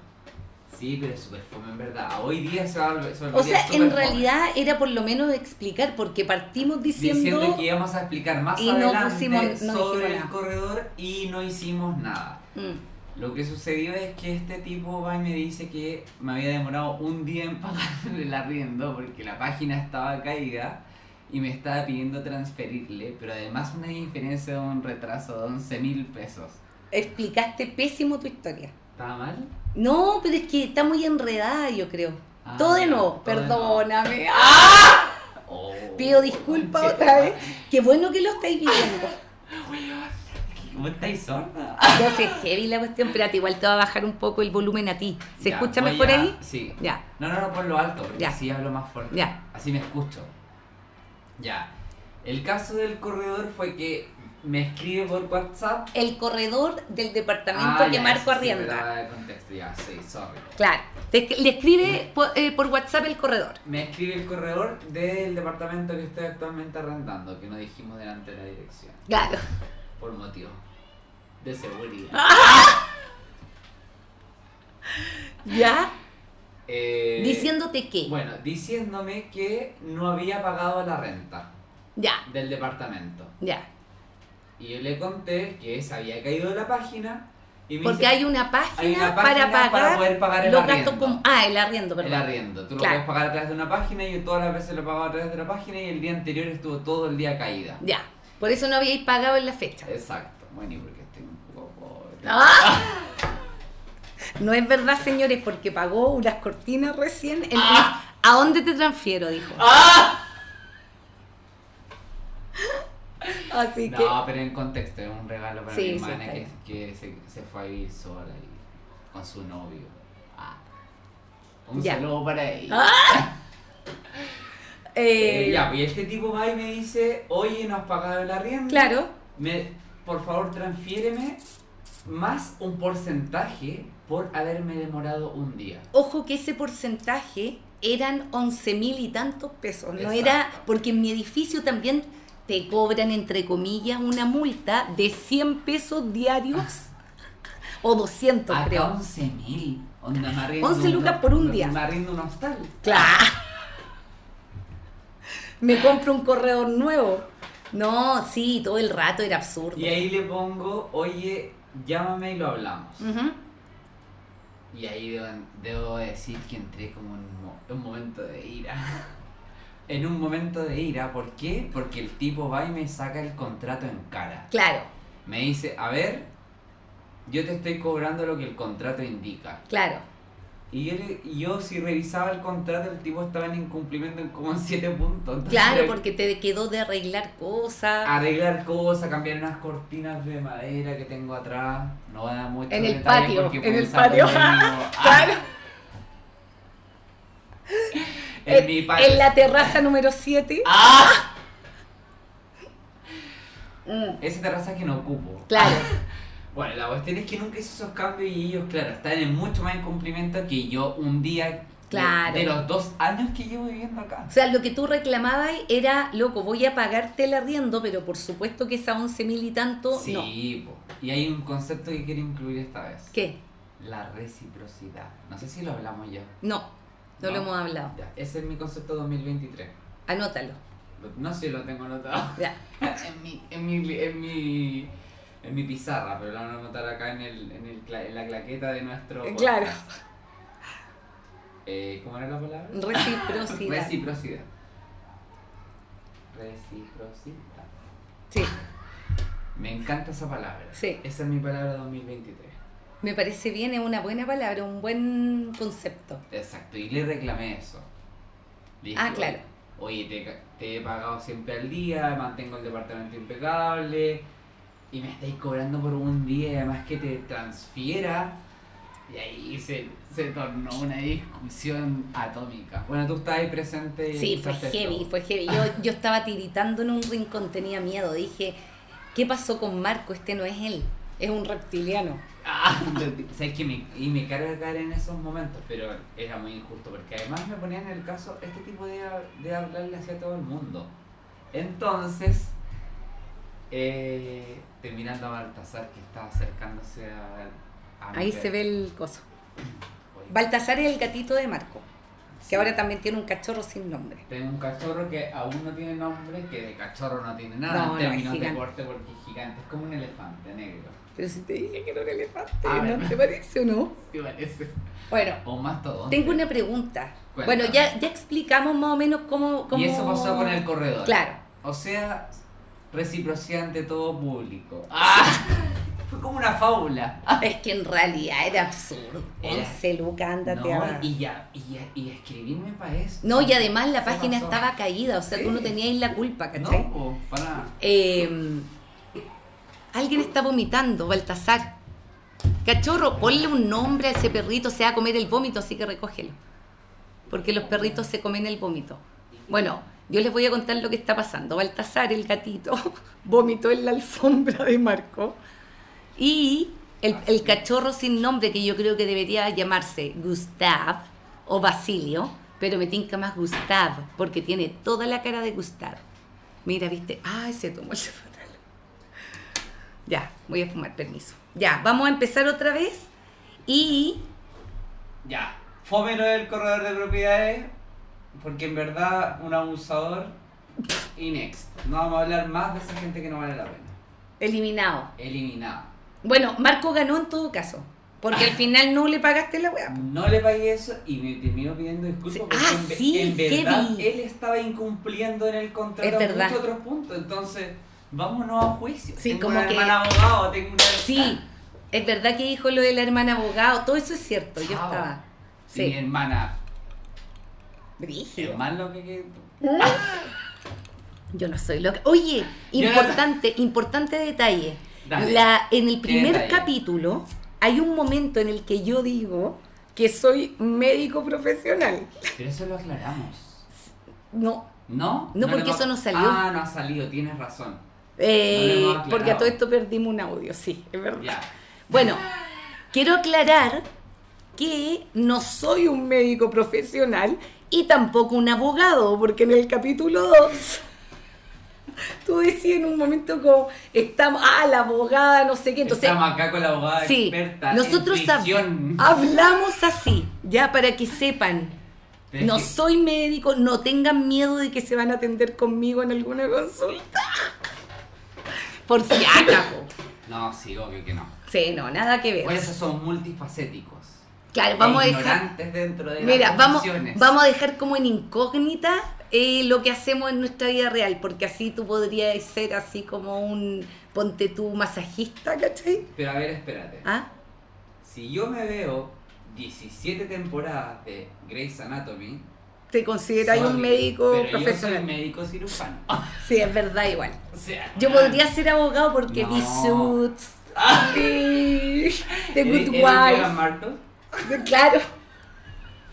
Speaker 3: Sí, pero es súper fome en verdad. Hoy día se va a se
Speaker 2: O
Speaker 3: volvería
Speaker 2: sea,
Speaker 3: súper
Speaker 2: en
Speaker 3: fome.
Speaker 2: realidad era por lo menos explicar, porque partimos diciendo...
Speaker 3: diciendo, que íbamos a explicar más
Speaker 2: y no
Speaker 3: adelante
Speaker 2: pusimos- no dijimos
Speaker 3: sobre el
Speaker 2: nada.
Speaker 3: corredor y no hicimos nada.
Speaker 2: Mm.
Speaker 3: Lo que sucedió es que este tipo va y me dice que me había demorado un día en pagar el arriendo porque la página estaba caída y me estaba pidiendo transferirle, pero además una diferencia de un retraso de 11 mil pesos.
Speaker 2: Explicaste pésimo tu historia.
Speaker 3: ¿Estaba mal?
Speaker 2: No, pero es que está muy enredada, yo creo.
Speaker 3: Ah,
Speaker 2: todo de
Speaker 3: ya,
Speaker 2: nuevo,
Speaker 3: todo de
Speaker 2: perdóname. Ah,
Speaker 3: Oh,
Speaker 2: Pido disculpas
Speaker 3: concheta.
Speaker 2: otra vez. Qué bueno que lo estáis viendo.
Speaker 3: ¿Cómo estáis sorda?
Speaker 2: Entonces, heavy la cuestión, pero igual te va a bajar un poco el volumen a ti. ¿Se
Speaker 3: Ya,
Speaker 2: escucha
Speaker 3: voy
Speaker 2: mejor
Speaker 3: a-
Speaker 2: ahí?
Speaker 3: Sí.
Speaker 2: Ya.
Speaker 3: No, no, no, ponlo alto, porque
Speaker 2: Ya.
Speaker 3: así hablo más fuerte.
Speaker 2: Ya.
Speaker 3: Así me escucho. Ya. El caso del corredor fue que me escribe por WhatsApp.
Speaker 2: El corredor del departamento
Speaker 3: Ah,
Speaker 2: que
Speaker 3: ya,
Speaker 2: Marco
Speaker 3: eso sí,
Speaker 2: arrienda.
Speaker 3: verdad, de contexto, ya, sí, sorry.
Speaker 2: claro. Te- le escribe por, eh, por WhatsApp el corredor.
Speaker 3: Me escribe el corredor del departamento que estoy actualmente arrendando, que no dijimos delante de la dirección,
Speaker 2: Claro.
Speaker 3: por motivos de seguridad.
Speaker 2: Ah, ¿Ya?
Speaker 3: Eh,
Speaker 2: Diciéndote que.
Speaker 3: Bueno, diciéndome que no había pagado la renta
Speaker 2: Ya,
Speaker 3: del departamento.
Speaker 2: ya.
Speaker 3: Y yo le conté que se había caído de la página y me
Speaker 2: Porque
Speaker 3: dice,
Speaker 2: hay una página,
Speaker 3: "Hay una página
Speaker 2: para pagar,
Speaker 3: poder pagar el
Speaker 2: los
Speaker 3: arriendo.
Speaker 2: gastos con. Ah, el arriendo, perdón.
Speaker 3: El arriendo. Tú
Speaker 2: Claro.
Speaker 3: lo puedes pagar a través de una página y yo todas las veces lo pagaba a través de la página y el día anterior estuvo todo el día caída.
Speaker 2: Ya. Por eso no habíais pagado en la fecha.
Speaker 3: Exacto. Bueno, y porque estoy un poco pobre.
Speaker 2: ¡Ah! No es verdad, señores, porque pagó unas cortinas
Speaker 3: Ah.
Speaker 2: recién. Entonces, ¿a dónde te transfiero? Dijo. Así que.
Speaker 3: No, pero en contexto, es un regalo para
Speaker 2: Sí,
Speaker 3: mi
Speaker 2: sí,
Speaker 3: hermana
Speaker 2: está
Speaker 3: que,
Speaker 2: bien.
Speaker 3: que se, se fue a vivir sola y con su novio. Ah. Un
Speaker 2: Ya. Ah,
Speaker 3: saludo para ella.
Speaker 2: eh,
Speaker 3: Eh, ya, pues y este tipo va y me dice, oye, no has pagado el arriendo.
Speaker 2: Claro,
Speaker 3: Me, por favor, transfiéreme más un porcentaje por haberme demorado un día.
Speaker 2: ojo que ese porcentaje eran 11 mil y tantos pesos. No era.
Speaker 3: Exacto.
Speaker 2: Porque en mi edificio también te cobran, entre comillas, una multa de 100 pesos diarios
Speaker 3: Ah.
Speaker 2: o 200,
Speaker 3: Acá
Speaker 2: creo.
Speaker 3: 11.000. Onda, me arriendo
Speaker 2: 11
Speaker 3: un-
Speaker 2: lucas por un día.
Speaker 3: Me arriendo un hostal.
Speaker 2: Claro. Me compro un corredor nuevo. No, sí, todo el rato era absurdo.
Speaker 3: Y ahí le pongo, oye, llámame y lo hablamos.
Speaker 2: Ujú.
Speaker 3: Y ahí debo, debo decir que entré como en un, mo- un momento de ira. en un momento de ira, ¿por qué? Porque el tipo va y me saca el contrato en cara.
Speaker 2: Claro,
Speaker 3: Me dice, a ver, yo te estoy cobrando lo que el contrato indica.
Speaker 2: claro.
Speaker 3: Y yo, le- y yo si revisaba el contrato, el tipo estaba en incumplimiento en como en 7 puntos. Entonces,
Speaker 2: Claro, porque te quedó de arreglar cosas.
Speaker 3: Arreglar cosas, cambiar unas cortinas de madera que tengo atrás. No va a dar mucho
Speaker 2: En el
Speaker 3: detalle
Speaker 2: patio,
Speaker 3: porque Ah,
Speaker 2: en
Speaker 3: pude
Speaker 2: el
Speaker 3: usar
Speaker 2: patio.
Speaker 3: el mismo-
Speaker 2: Claro.
Speaker 3: en, mi patio.
Speaker 2: En la terraza número 7.
Speaker 3: ¡Ah! Esa terraza que no ocupo.
Speaker 2: Mm, Claro,
Speaker 3: Bueno, la cuestión es que nunca hizo esos cambios y ellos, claro, están en mucho más incumplimiento que yo un día de-
Speaker 2: Claro.
Speaker 3: de, los dos años que llevo viviendo acá.
Speaker 2: o sea, lo que tú reclamabas era, loco, voy a pagarte el arriendo, pero por supuesto que esa 11 mil y tanto, no.
Speaker 3: Sí, po. y hay un concepto que quiero incluir esta vez.
Speaker 2: ¿Qué?
Speaker 3: La reciprocidad. No sé si lo hablamos ya.
Speaker 2: No, no, lo
Speaker 3: No.
Speaker 2: hemos hablado.
Speaker 3: Ya, ese es mi concepto 2023.
Speaker 2: Anótalo.
Speaker 3: Lo- No sé si lo tengo anotado
Speaker 2: Ya.
Speaker 3: en, mi, en, mi, en, mi, en mi pizarra, pero lo vamos a anotar acá en, el, en, el, cla- en la claqueta de nuestro... podcast.
Speaker 2: Claro.
Speaker 3: Eh, ¿Cómo era la palabra?
Speaker 2: Reciprocidad.
Speaker 3: Reciprocidad. Reciprocidad.
Speaker 2: Sí,
Speaker 3: Me encanta esa palabra.
Speaker 2: Sí.
Speaker 3: Esa es mi palabra 2023.
Speaker 2: me parece bien, es una buena palabra, un buen concepto.
Speaker 3: Exacto, y le reclamé eso. Le
Speaker 2: Ah, claro.
Speaker 3: Oye, te, ca- te he pagado siempre al día, mantengo el departamento impecable y me estáis cobrando por un día y además que te transfiera. Y ahí se, se tornó una discusión atómica. Bueno, tú estabas ahí presente. y
Speaker 2: Sí, fue
Speaker 3: escuchaste
Speaker 2: heavy,
Speaker 3: todo.
Speaker 2: fue heavy. Yo, yo estaba tiritando en un rincón, tenía miedo. Dije, ¿qué pasó con Marco? Este no es él, es un reptiliano.
Speaker 3: Ah, sabes que me, y me carga caer en esos momentos, pero era muy injusto porque además me ponía en el caso este tipo de, de hablarle hacia todo el mundo. Entonces, eh, terminando a Baltasar que estaba acercándose a. a mi
Speaker 2: Ahí
Speaker 3: perro.
Speaker 2: se ve el coso.
Speaker 3: Oye,
Speaker 2: Baltasar es el gatito de Marco,
Speaker 3: sí.
Speaker 2: que ahora también tiene un cachorro sin nombre.
Speaker 3: Tengo un cachorro que aún no tiene nombre, que de cachorro no tiene nada
Speaker 2: No, no,
Speaker 3: en
Speaker 2: es
Speaker 3: términos de
Speaker 2: gigante.
Speaker 3: porte porque es gigante, es como un elefante negro.
Speaker 2: Pero si te dije que era un elefante,
Speaker 3: A ver.
Speaker 2: ¿no te parece o no?
Speaker 3: Sí, parece.
Speaker 2: Bueno,
Speaker 3: O un mastodonte.
Speaker 2: tengo una pregunta.
Speaker 3: Cuenta.
Speaker 2: Bueno, ya, ya explicamos más o menos cómo, cómo...
Speaker 3: Y eso pasó con el corredor.
Speaker 2: Claro.
Speaker 3: O sea, reciprocidad ante todo público. ¡Ah! Fue como una fábula.
Speaker 2: Es que en realidad era absurdo.
Speaker 3: Era-
Speaker 2: 11 lucas, ándate
Speaker 3: no,
Speaker 2: a...
Speaker 3: y ya, y ya, y escribirme para eso.
Speaker 2: No, y además la
Speaker 3: Se
Speaker 2: página
Speaker 3: pasó.
Speaker 2: estaba caída, o sea, tú no
Speaker 3: Sí.
Speaker 2: tenías la culpa, ¿cachai?
Speaker 3: No, po, para nada.
Speaker 2: Eh, alguien está vomitando, Baltasar. Cachorro, ponle un nombre a ese perrito, se va a comer el vómito, así que recógelo. Porque los perritos se comen el vómito. Bueno, yo les voy a contar lo que está pasando. Baltasar, el gatito, vomitó en la alfombra de Marco. Y el, el cachorro sin nombre, que yo creo que debería llamarse Gustav o Basilio, pero me tinca más Gustav, porque tiene toda la cara de Gustav. Mira, viste, ay, se tomó el fatal. Ya, voy a fumar, permiso. Ya, vamos a empezar otra vez. Y
Speaker 3: Ya. Fome lo del corredor de propiedades. Porque en verdad, un abusador. Y next. No vamos a hablar más de esa gente que no vale la pena.
Speaker 2: eliminado.
Speaker 3: Eliminado.
Speaker 2: Bueno, Marco ganó en todo caso, porque al final no le pagaste la weá.
Speaker 3: No le pagué eso y me terminó pidiendo disculpas
Speaker 2: Sí.
Speaker 3: porque
Speaker 2: Ah,
Speaker 3: en, ve-
Speaker 2: sí,
Speaker 3: en verdad
Speaker 2: heavy.
Speaker 3: él estaba incumpliendo en el contrato
Speaker 2: Es verdad.
Speaker 3: muchos otros puntos. Entonces, vámonos a juicio.
Speaker 2: Sí,
Speaker 3: tengo
Speaker 2: como
Speaker 3: un
Speaker 2: que-
Speaker 3: hermano abogado, tengo una...
Speaker 2: Sí, es verdad que dijo lo de la hermana abogado, todo eso es cierto, yo
Speaker 3: Chao.
Speaker 2: estaba.
Speaker 3: Sí, mi
Speaker 2: Sí,
Speaker 3: hermana.
Speaker 2: brígido.
Speaker 3: Qué malo que- que.
Speaker 2: Yo no soy loca. Oye,
Speaker 3: Yo no-
Speaker 2: importante, importante detalle.
Speaker 3: Dale.
Speaker 2: La, en el primer
Speaker 3: detalle?
Speaker 2: capítulo hay un momento en el que yo digo que soy médico profesional.
Speaker 3: Pero eso lo aclaramos.
Speaker 2: No,
Speaker 3: ¿No?
Speaker 2: No,
Speaker 3: le
Speaker 2: porque
Speaker 3: hemos-
Speaker 2: eso no salió.
Speaker 3: Ah, no ha salido, tienes razón.
Speaker 2: eh,
Speaker 3: No lo hemos
Speaker 2: porque a
Speaker 3: aclarado.
Speaker 2: todo esto perdimos un audio, sí, es verdad.
Speaker 3: Ya.
Speaker 2: Bueno, quiero aclarar que no soy un médico profesional y tampoco un abogado, porque en el capítulo 2 tú decías en un momento como, estamos, ah, la abogada, no sé qué, entonces...
Speaker 3: Estamos acá con la abogada
Speaker 2: Sí,
Speaker 3: experta.
Speaker 2: nosotros Ah,
Speaker 3: en
Speaker 2: hab-
Speaker 3: prisión.
Speaker 2: hablamos así, ya para que sepan.
Speaker 3: Pero es
Speaker 2: No
Speaker 3: que-
Speaker 2: soy médico, no tengan miedo de que se van a atender conmigo en alguna consulta. Por si acaso.
Speaker 3: No, sí, obvio que no.
Speaker 2: Sí, no, nada que ver.
Speaker 3: Por eso son multifacéticos.
Speaker 2: claro, Eh, vamos a
Speaker 3: e
Speaker 2: dejar.
Speaker 3: ignorantes dentro de
Speaker 2: Mira,
Speaker 3: las
Speaker 2: vamos,
Speaker 3: profesiones.
Speaker 2: vamos a dejar como en incógnita eh, lo que hacemos en nuestra vida real, porque así tú podrías ser así como un ponte tú masajista, ¿cachai?
Speaker 3: Pero a ver, espérate.
Speaker 2: ¿Ah?
Speaker 3: Si yo me veo 17 temporadas de Grey's Anatomy.
Speaker 2: Te consideras
Speaker 3: soy-
Speaker 2: un médico
Speaker 3: pero Yo
Speaker 2: profesional.
Speaker 3: soy médico cirujano. Ah,
Speaker 2: Sí, es verdad, igual.
Speaker 3: O sea,
Speaker 2: Yo podría ser abogado porque
Speaker 3: Ah. No. Ah.
Speaker 2: vi Suits, vi The
Speaker 3: ¿eres-
Speaker 2: Good
Speaker 3: ¿eh? eres Meghan
Speaker 2: Wife.
Speaker 3: Markle?
Speaker 2: Claro.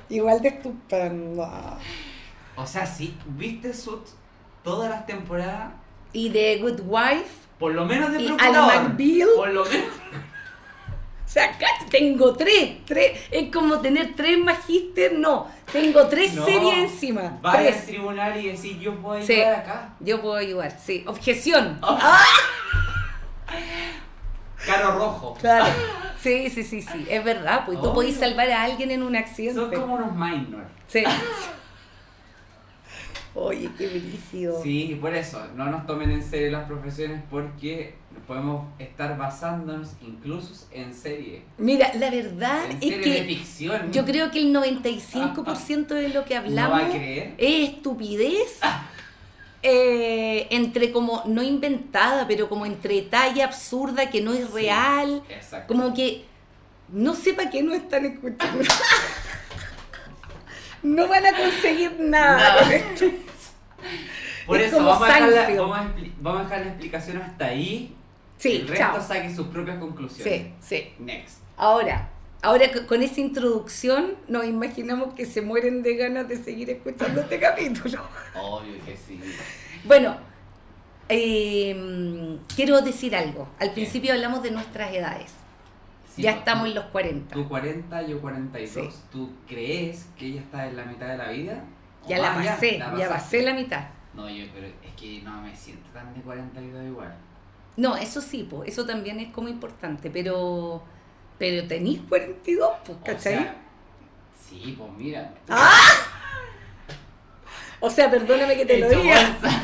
Speaker 2: Igual de estupendo.
Speaker 3: O sea, sí, viste Suits todas las temporadas,
Speaker 2: Y The Good Wife.
Speaker 3: por lo menos de
Speaker 2: Y
Speaker 3: procurador.
Speaker 2: Ally McBeal.
Speaker 3: Por lo menos.
Speaker 2: O sea, acá tengo tres, tres. Es como tener tres magíster, no. Tengo tres
Speaker 3: No,
Speaker 2: series encima.
Speaker 3: Vaya al
Speaker 2: tres.
Speaker 3: tribunal y decir, yo puedo ir
Speaker 2: Sí.
Speaker 3: acá.
Speaker 2: Yo puedo ayudar, sí. Objeción.
Speaker 3: Oh. Caro rojo.
Speaker 2: Claro. Sí, sí, sí, sí. Es verdad, pues tú
Speaker 3: Obvio.
Speaker 2: podés salvar a alguien en un accidente.
Speaker 3: Son Oh. como unos minors.
Speaker 2: Sí. Oye, qué brígido.
Speaker 3: Sí, por eso, no nos tomen en serio las profesiones porque podemos estar basándonos incluso en serie.
Speaker 2: Mira, la verdad
Speaker 3: En
Speaker 2: Ah, es
Speaker 3: serie de
Speaker 2: que
Speaker 3: ficción.
Speaker 2: yo creo que el 95% de lo que hablamos
Speaker 3: No va a creer.
Speaker 2: es estupidez. eh, entre como, no inventada, pero como entre talla absurda que no es
Speaker 3: Sí,
Speaker 2: real.
Speaker 3: Exacto.
Speaker 2: Como que no sé para qué no están escuchando. no van a conseguir nada.
Speaker 3: Nada.
Speaker 2: con esto.
Speaker 3: Por
Speaker 2: es
Speaker 3: eso,
Speaker 2: como
Speaker 3: vamos a, dejar la,
Speaker 2: Seinfeld.
Speaker 3: vamos a expli- vamos a dejar la explicación hasta ahí.
Speaker 2: Sí,
Speaker 3: el resto
Speaker 2: chao.
Speaker 3: saque sus propias
Speaker 2: Sí,
Speaker 3: conclusiones.
Speaker 2: sí.
Speaker 3: Next.
Speaker 2: Ahora, ahora co- con esa introducción nos imaginamos que se mueren de ganas de seguir escuchando este capítulo.
Speaker 3: Obvio que sí.
Speaker 2: Bueno, eh, quiero decir algo. Al principio hablamos de nuestras edades.
Speaker 3: Sí,
Speaker 2: ya
Speaker 3: pues,
Speaker 2: estamos
Speaker 3: tú-
Speaker 2: en los 40.
Speaker 3: Tú 40, yo 42.
Speaker 2: Sí.
Speaker 3: ¿Tú crees que ella está en la mitad de la vida? Oh, ¿O
Speaker 2: ya la
Speaker 3: más
Speaker 2: pasé, ya,
Speaker 3: Ah, pasaste?
Speaker 2: pasé la mitad.
Speaker 3: No, yo, pero es que no me siento tan de 42 igual.
Speaker 2: No, eso sí, po, eso también es como importante, pero pero tenéis 42, pues,
Speaker 3: O
Speaker 2: ¿cachai? Ah,
Speaker 3: sea, sí, pues mira.
Speaker 2: O sea, perdóname que te lo
Speaker 3: Hecho
Speaker 2: diga.
Speaker 3: bolsa.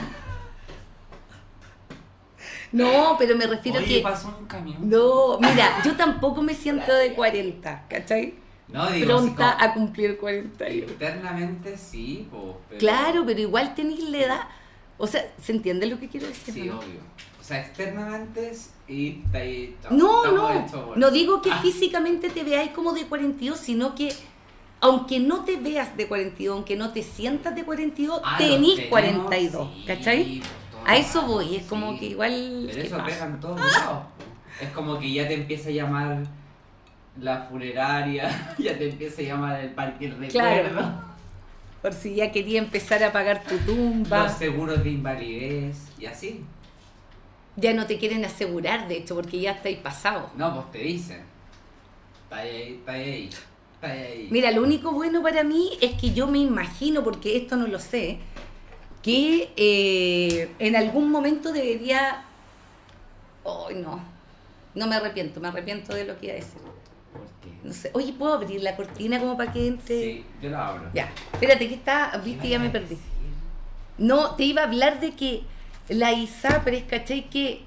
Speaker 2: No, pero me refiero
Speaker 3: Oye,
Speaker 2: que
Speaker 3: pasó un camión.
Speaker 2: No, mira, yo tampoco me siento de 40, ¿cachai?
Speaker 3: No, digo, así
Speaker 2: pronta
Speaker 3: como-
Speaker 2: a cumplir 40 años.
Speaker 3: Internamente sí, pues. pero-
Speaker 2: Claro, pero igual tenéis la edad. O sea, ¿se entiende lo que quiero decir?
Speaker 3: Sí,
Speaker 2: no?
Speaker 3: obvio. O sea, externamente es- y está ahí. chao,
Speaker 2: No,
Speaker 3: estamos
Speaker 2: no,
Speaker 3: hechos, bueno.
Speaker 2: no digo que
Speaker 3: Ah,
Speaker 2: físicamente te veáis como de 42, sino que aunque no te veas de 42, aunque no te sientas de 42,
Speaker 3: ah, los
Speaker 2: tenís
Speaker 3: tenemos,
Speaker 2: 42,
Speaker 3: sí,
Speaker 2: ¿cachai?
Speaker 3: por todo
Speaker 2: A eso
Speaker 3: lado,
Speaker 2: voy, es como
Speaker 3: sí.
Speaker 2: que igual...
Speaker 3: Pero
Speaker 2: ¿qué
Speaker 3: eso
Speaker 2: pasa? Ah.
Speaker 3: pega en todos lados. po. Es como que ya te empieza a llamar la funeraria, ya te empieza a llamar el parque del
Speaker 2: Claro.
Speaker 3: recuerdo,
Speaker 2: Por si ya quería empezar a pagar tu tumba,
Speaker 3: los seguros de invalidez y así.
Speaker 2: ya no te quieren asegurar, de hecho, porque ya estáis pasado.
Speaker 3: No, pues te dicen. Está ahí, está ahí, está ahí.
Speaker 2: Mira, lo único bueno para mí es que yo me imagino, porque esto no lo sé, que eh, en algún momento debería... ¡Ay, no! No me arrepiento, me arrepiento de lo que iba a decir.
Speaker 3: ¿Por qué?
Speaker 2: No sé. Oye, ¿puedo abrir la cortina como para que entre?
Speaker 3: Sí, yo la abro.
Speaker 2: Ya, espérate, que está... Viste, ya me perdí. No, te iba a hablar de que las ISAPRES, ¿cachai? Que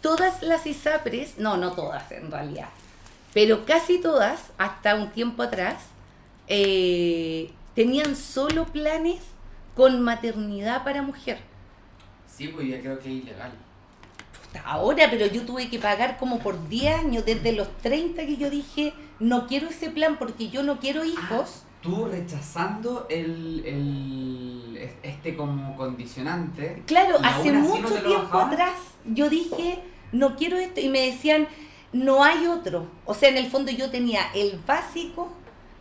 Speaker 2: todas las ISAPRES, no, no todas en realidad, pero casi todas, hasta un tiempo atrás, eh, tenían solo planes con maternidad para mujer.
Speaker 4: Sí, pues ya creo que es ilegal.
Speaker 2: Puta, ahora, pero yo tuve que pagar como por 10 años, desde los 30 que yo dije, no quiero ese plan porque yo no quiero hijos.
Speaker 3: Tú rechazando el, el- es- este como condicionante.
Speaker 2: Claro,
Speaker 3: y aún
Speaker 2: hace
Speaker 3: así no
Speaker 2: mucho
Speaker 3: te lo
Speaker 2: tiempo
Speaker 3: bajaban.
Speaker 2: atrás yo dije, no quiero esto, y me decían, no hay otro. O sea, en el fondo yo tenía el básico,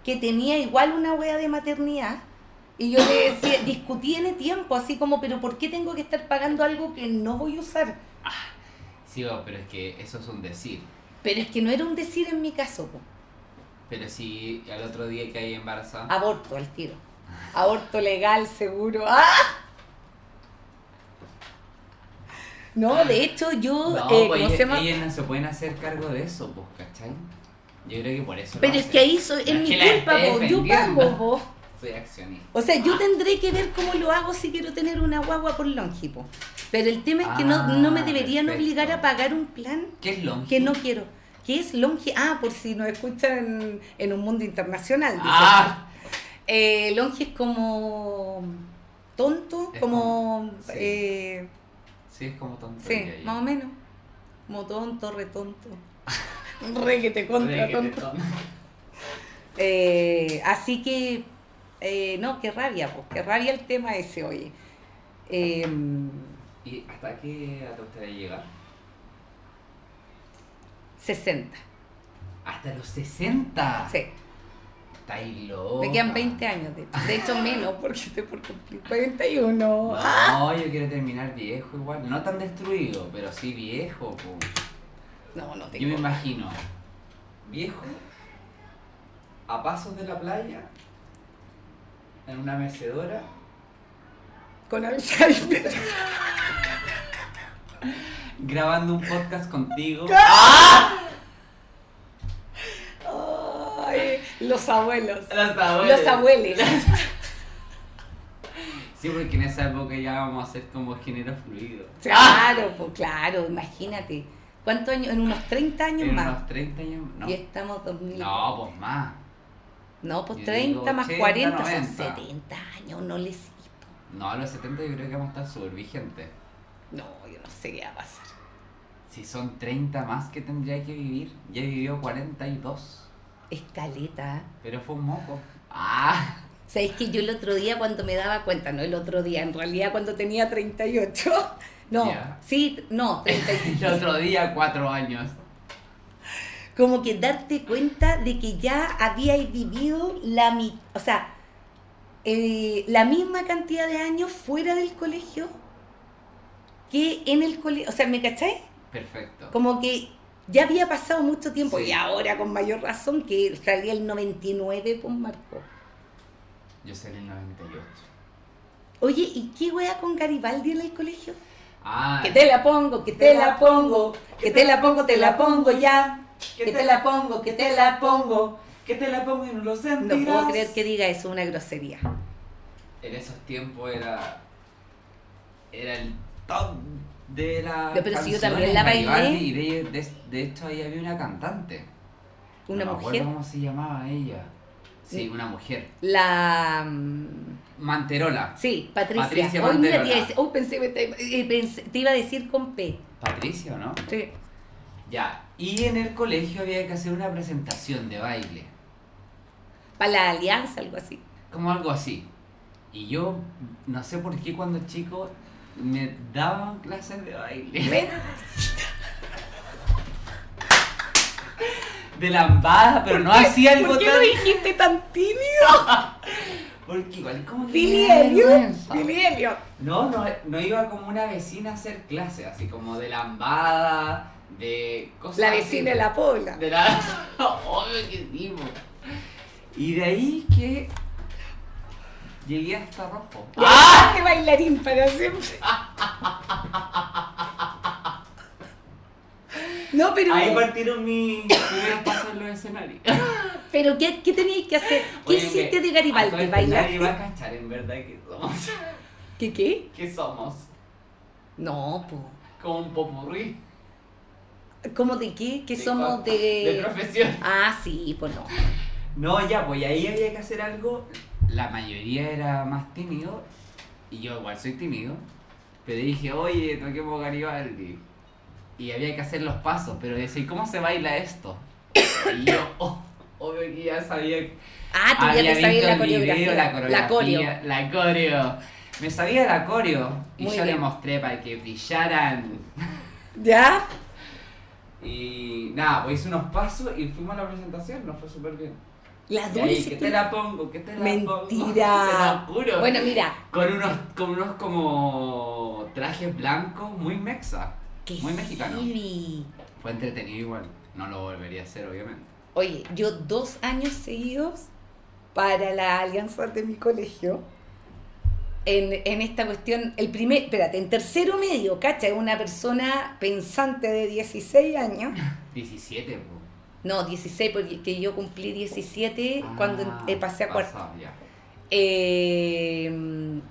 Speaker 2: que tenía igual una wea de maternidad, y yo le decía, discutí en el tiempo, así como, pero ¿por qué tengo que estar pagando algo que no voy a usar?
Speaker 3: Sí, oh, pero es que eso es un decir.
Speaker 2: Pero es que no era un decir en mi caso, po.
Speaker 3: Pero si al otro día que hay embarazada.
Speaker 2: aborto al tiro. Aborto legal, seguro. ¡Ah! No, de hecho yo,
Speaker 3: no,
Speaker 2: eh,
Speaker 3: pues
Speaker 2: ¿cómo se
Speaker 3: ellas,
Speaker 2: llama?
Speaker 3: ellas no se pueden hacer cargo de eso, pues, ¿cachai? Yo creo que por eso. lo
Speaker 2: Pero es
Speaker 3: hacen.
Speaker 2: que ahí so-
Speaker 3: No
Speaker 2: es
Speaker 3: es
Speaker 2: mi
Speaker 3: que la
Speaker 2: culpa,
Speaker 3: esté
Speaker 2: po, yo
Speaker 3: defendiendo.
Speaker 2: pago, po.
Speaker 3: Soy accionista.
Speaker 2: O sea, yo tendré que ver cómo lo hago si quiero tener una guagua por longipo. Pero el tema es que no, no me
Speaker 3: Ah,
Speaker 2: deberían
Speaker 3: perfecto.
Speaker 2: obligar a pagar un plan
Speaker 3: ¿Qué es longe?
Speaker 2: que no quiero. ¿Qué es longe? Ah, por si nos escuchan en un mundo internacional. dicen.
Speaker 3: Ah,
Speaker 2: Eh, longe es como tonto,
Speaker 3: Es
Speaker 2: como...
Speaker 3: como- sí.
Speaker 2: eh,
Speaker 3: sí, es como tonto.
Speaker 2: sí, más o menos. Como tonto, retonto. Re que te contra tonto. Eh, así que, eh, no, qué rabia, pues, qué rabia el tema ese, oye. Eh,
Speaker 3: ¿Y hasta qué edad te gustaría llegar?
Speaker 2: 60,
Speaker 3: Hasta los 60.
Speaker 2: sí.
Speaker 3: Está ahí loca.
Speaker 2: Me quedan 20 años, de hecho. De hecho, menos, porque estoy por cumplir 41. Ah,
Speaker 3: No, yo quiero terminar viejo igual. No tan destruido, pero sí viejo. po.
Speaker 2: No, no
Speaker 3: Yo me
Speaker 2: tengo.
Speaker 3: imagino, viejo, a pasos de la playa, en una mecedora,
Speaker 2: Con Alzheimer.
Speaker 3: grabando un podcast contigo.
Speaker 2: Ay, los abuelos.
Speaker 3: Los abuelos.
Speaker 2: Los abuelos.
Speaker 3: Sí, porque en esa época ya vamos a ser como género fluido.
Speaker 2: Claro, pues, claro, imagínate. ¿Cuántos años? En unos 30 años
Speaker 3: En
Speaker 2: más.
Speaker 3: unos 30 años. No,
Speaker 2: Y estamos 2000.
Speaker 3: no pues más.
Speaker 2: No, pues
Speaker 3: Yo
Speaker 2: 30
Speaker 3: digo
Speaker 2: más
Speaker 3: 80,
Speaker 2: 40 son
Speaker 3: 90.
Speaker 2: 70 años, no les
Speaker 3: No, a los 70 yo creo que vamos a estar súper vigentes.
Speaker 2: No, yo no sé qué va a pasar.
Speaker 3: Si son 30 más que tendría que vivir, ya vivió 42.
Speaker 2: Escaleta.
Speaker 3: Pero fue un moco. Ah,
Speaker 2: ¿Sabes que yo el otro día cuando me daba cuenta, no el otro día, en realidad cuando tenía 38, no,
Speaker 3: Ya.
Speaker 2: sí, no, 38.
Speaker 3: el otro día 4 años.
Speaker 2: como que darte cuenta de que ya habíais vivido la mi- o sea, eh, la misma cantidad de años fuera del colegio que en el colegio, o sea, ¿me cacháis?
Speaker 3: Perfecto.
Speaker 2: Como que ya había pasado mucho tiempo
Speaker 3: Sí.
Speaker 2: y ahora con mayor razón que salía el 99, pues Marco.
Speaker 3: Yo salí en el 98.
Speaker 2: Oye, ¿y qué wea con Garibaldi en el colegio?
Speaker 3: Ah,
Speaker 2: Que te la pongo, que te la pongo, que te la pongo, te la pongo ya. Que te la pongo, que te la pongo.
Speaker 4: Que te la pongo y no lo
Speaker 2: No
Speaker 4: sentirás.
Speaker 2: puedo creer que diga eso, una grosería.
Speaker 3: en esos tiempos era. Era el top de la.
Speaker 2: Pero si yo también la bailé.
Speaker 3: Y de, de- de hecho ahí había una cantante.
Speaker 2: una
Speaker 3: Ah, no me acuerdo
Speaker 2: mujer.
Speaker 3: ¿Cómo se llamaba ella? Sí,
Speaker 2: Ni-
Speaker 3: una mujer.
Speaker 2: La. mm,
Speaker 3: Manterola.
Speaker 2: Sí, Patricia.
Speaker 3: Patricia
Speaker 2: Hoy mira,
Speaker 3: Manterola.
Speaker 2: te iba a decir- oh, pensé, que te, eh, pensé- te iba a decir con P.
Speaker 3: Patricia, ¿o ¿no?
Speaker 2: Sí.
Speaker 3: Ya. Y en el colegio había que hacer una presentación de baile.
Speaker 2: Para la alianza, algo así.
Speaker 3: Como algo así. Y yo, no sé por qué cuando chico me daban clases de baile.
Speaker 2: ¿Ven?
Speaker 3: De lambada, pero no hacía algo
Speaker 2: ¿Por qué
Speaker 3: tan...
Speaker 2: lo dijiste tan tímido?
Speaker 3: Porque igual como que
Speaker 2: Billy
Speaker 3: me da
Speaker 2: Elliot.
Speaker 3: vergüenza.
Speaker 2: Billy Elliot.
Speaker 3: No, no, no iba como una vecina a hacer clases, así como de lambada, de cosas
Speaker 2: La
Speaker 3: así.
Speaker 2: vecina de la Pobla.
Speaker 3: De la... Obvio que sí, po. Y de ahí que llegué hasta rojo.
Speaker 2: ¡Ah! De bailarín para siempre. No, pero,
Speaker 3: Ahí partieron mis primeros pasos en los escenarios.
Speaker 2: pero ¿qué, qué tenías que hacer? ¿Qué
Speaker 3: Oye,
Speaker 2: hiciste
Speaker 3: que
Speaker 2: de
Speaker 3: a todo
Speaker 2: Garibaldi?
Speaker 3: esto Nadie va
Speaker 2: ¿Bailaste?
Speaker 3: a cachar en verdad que somos.
Speaker 2: ¿Qué qué?
Speaker 3: Que somos
Speaker 2: No, po.
Speaker 3: como un popurrí
Speaker 2: ¿Cómo de qué? Que
Speaker 3: De
Speaker 2: somos
Speaker 3: cor-
Speaker 2: de...
Speaker 3: de profesión.
Speaker 2: Ah, sí, pues no.
Speaker 3: No, ya, pues y ahí había que hacer algo. La mayoría era más tímido, y yo igual soy tímido, pero dije, oye, toquemos Garibaldi. Y había que hacer los pasos, pero decir, ¿cómo se baila esto? Y yo, oh, obvio que ya sabía.
Speaker 2: Ah, tú ya
Speaker 3: había
Speaker 2: te sabías la
Speaker 3: visto el video,
Speaker 2: coreografía.
Speaker 3: la coreografía.
Speaker 2: La coreo.
Speaker 3: La coreo. Me sabía la coreo, y
Speaker 2: Muy
Speaker 3: yo le
Speaker 2: bien.
Speaker 3: mostré para que brillaran.
Speaker 2: ¿Ya?
Speaker 3: Y nada, pues hice unos pasos y fuimos a la presentación, nos fue súper bien.
Speaker 2: La dulce.
Speaker 3: Y ahí, que te la pongo, que te la pongo.
Speaker 2: Ah, Mentira.
Speaker 3: Te lo juro.
Speaker 2: Bueno, mira.
Speaker 3: Con unos, con unos como trajes blancos muy mexa.
Speaker 2: Qué
Speaker 3: Muy mexicano.
Speaker 2: heavy.
Speaker 3: Fue entretenido igual. No lo volvería a hacer, obviamente.
Speaker 2: Oye, yo dos años seguidos para la alianza de mi colegio. En, en esta cuestión, el primer, espérate, en tercero medio, ¿cacha? Una persona pensante de 16 años.
Speaker 3: 17, po.
Speaker 2: No, 16, porque yo cumplí 17 cuando
Speaker 3: Ah,
Speaker 2: eh, pasé a cuarto.
Speaker 3: pasado, ya.
Speaker 2: eh,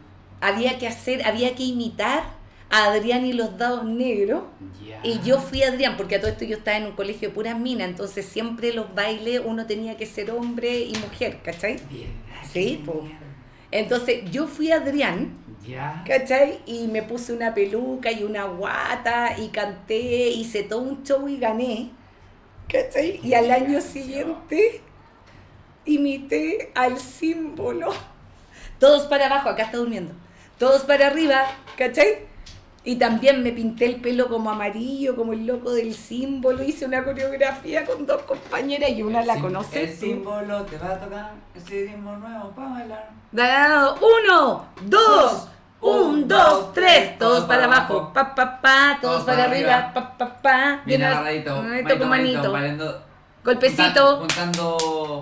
Speaker 2: había que hacer, había que imitar a Adrián y los dados negros.
Speaker 3: Ya.
Speaker 2: Y yo fui Adrián, porque a todo esto yo estaba en un colegio de puras minas, entonces siempre los bailes uno tenía que ser hombre y mujer, ¿cachai?
Speaker 3: Mierda,
Speaker 2: Sí,
Speaker 3: qué
Speaker 2: po.
Speaker 3: mierda.
Speaker 2: Entonces yo fui Adrián,
Speaker 3: Ya.
Speaker 2: ¿cachai? Y me puse una peluca y una guata y canté, hice todo un show y gané, ¿cachai? Y al año siguiente imité al símbolo. Todos para abajo, acá está durmiendo. Todos para arriba, ¿cachai? Y también me pinté el pelo como amarillo, como el loco del símbolo. Hice una coreografía con dos compañeras y una
Speaker 3: El
Speaker 2: la
Speaker 3: sim- El
Speaker 2: conoces. tú.
Speaker 3: símbolo te va a tocar. Este ritmo nuevo para bailar.
Speaker 2: Dado, uno, dos, un, dos, tres, todos para abajo, pa, pa, pa, todos para arriba, pa, pa, pa,
Speaker 3: Bien
Speaker 2: llenas-
Speaker 3: agarradito.
Speaker 2: manito
Speaker 3: manito,
Speaker 2: con manito,
Speaker 3: valiendo-
Speaker 2: golpecito,
Speaker 3: Juntando,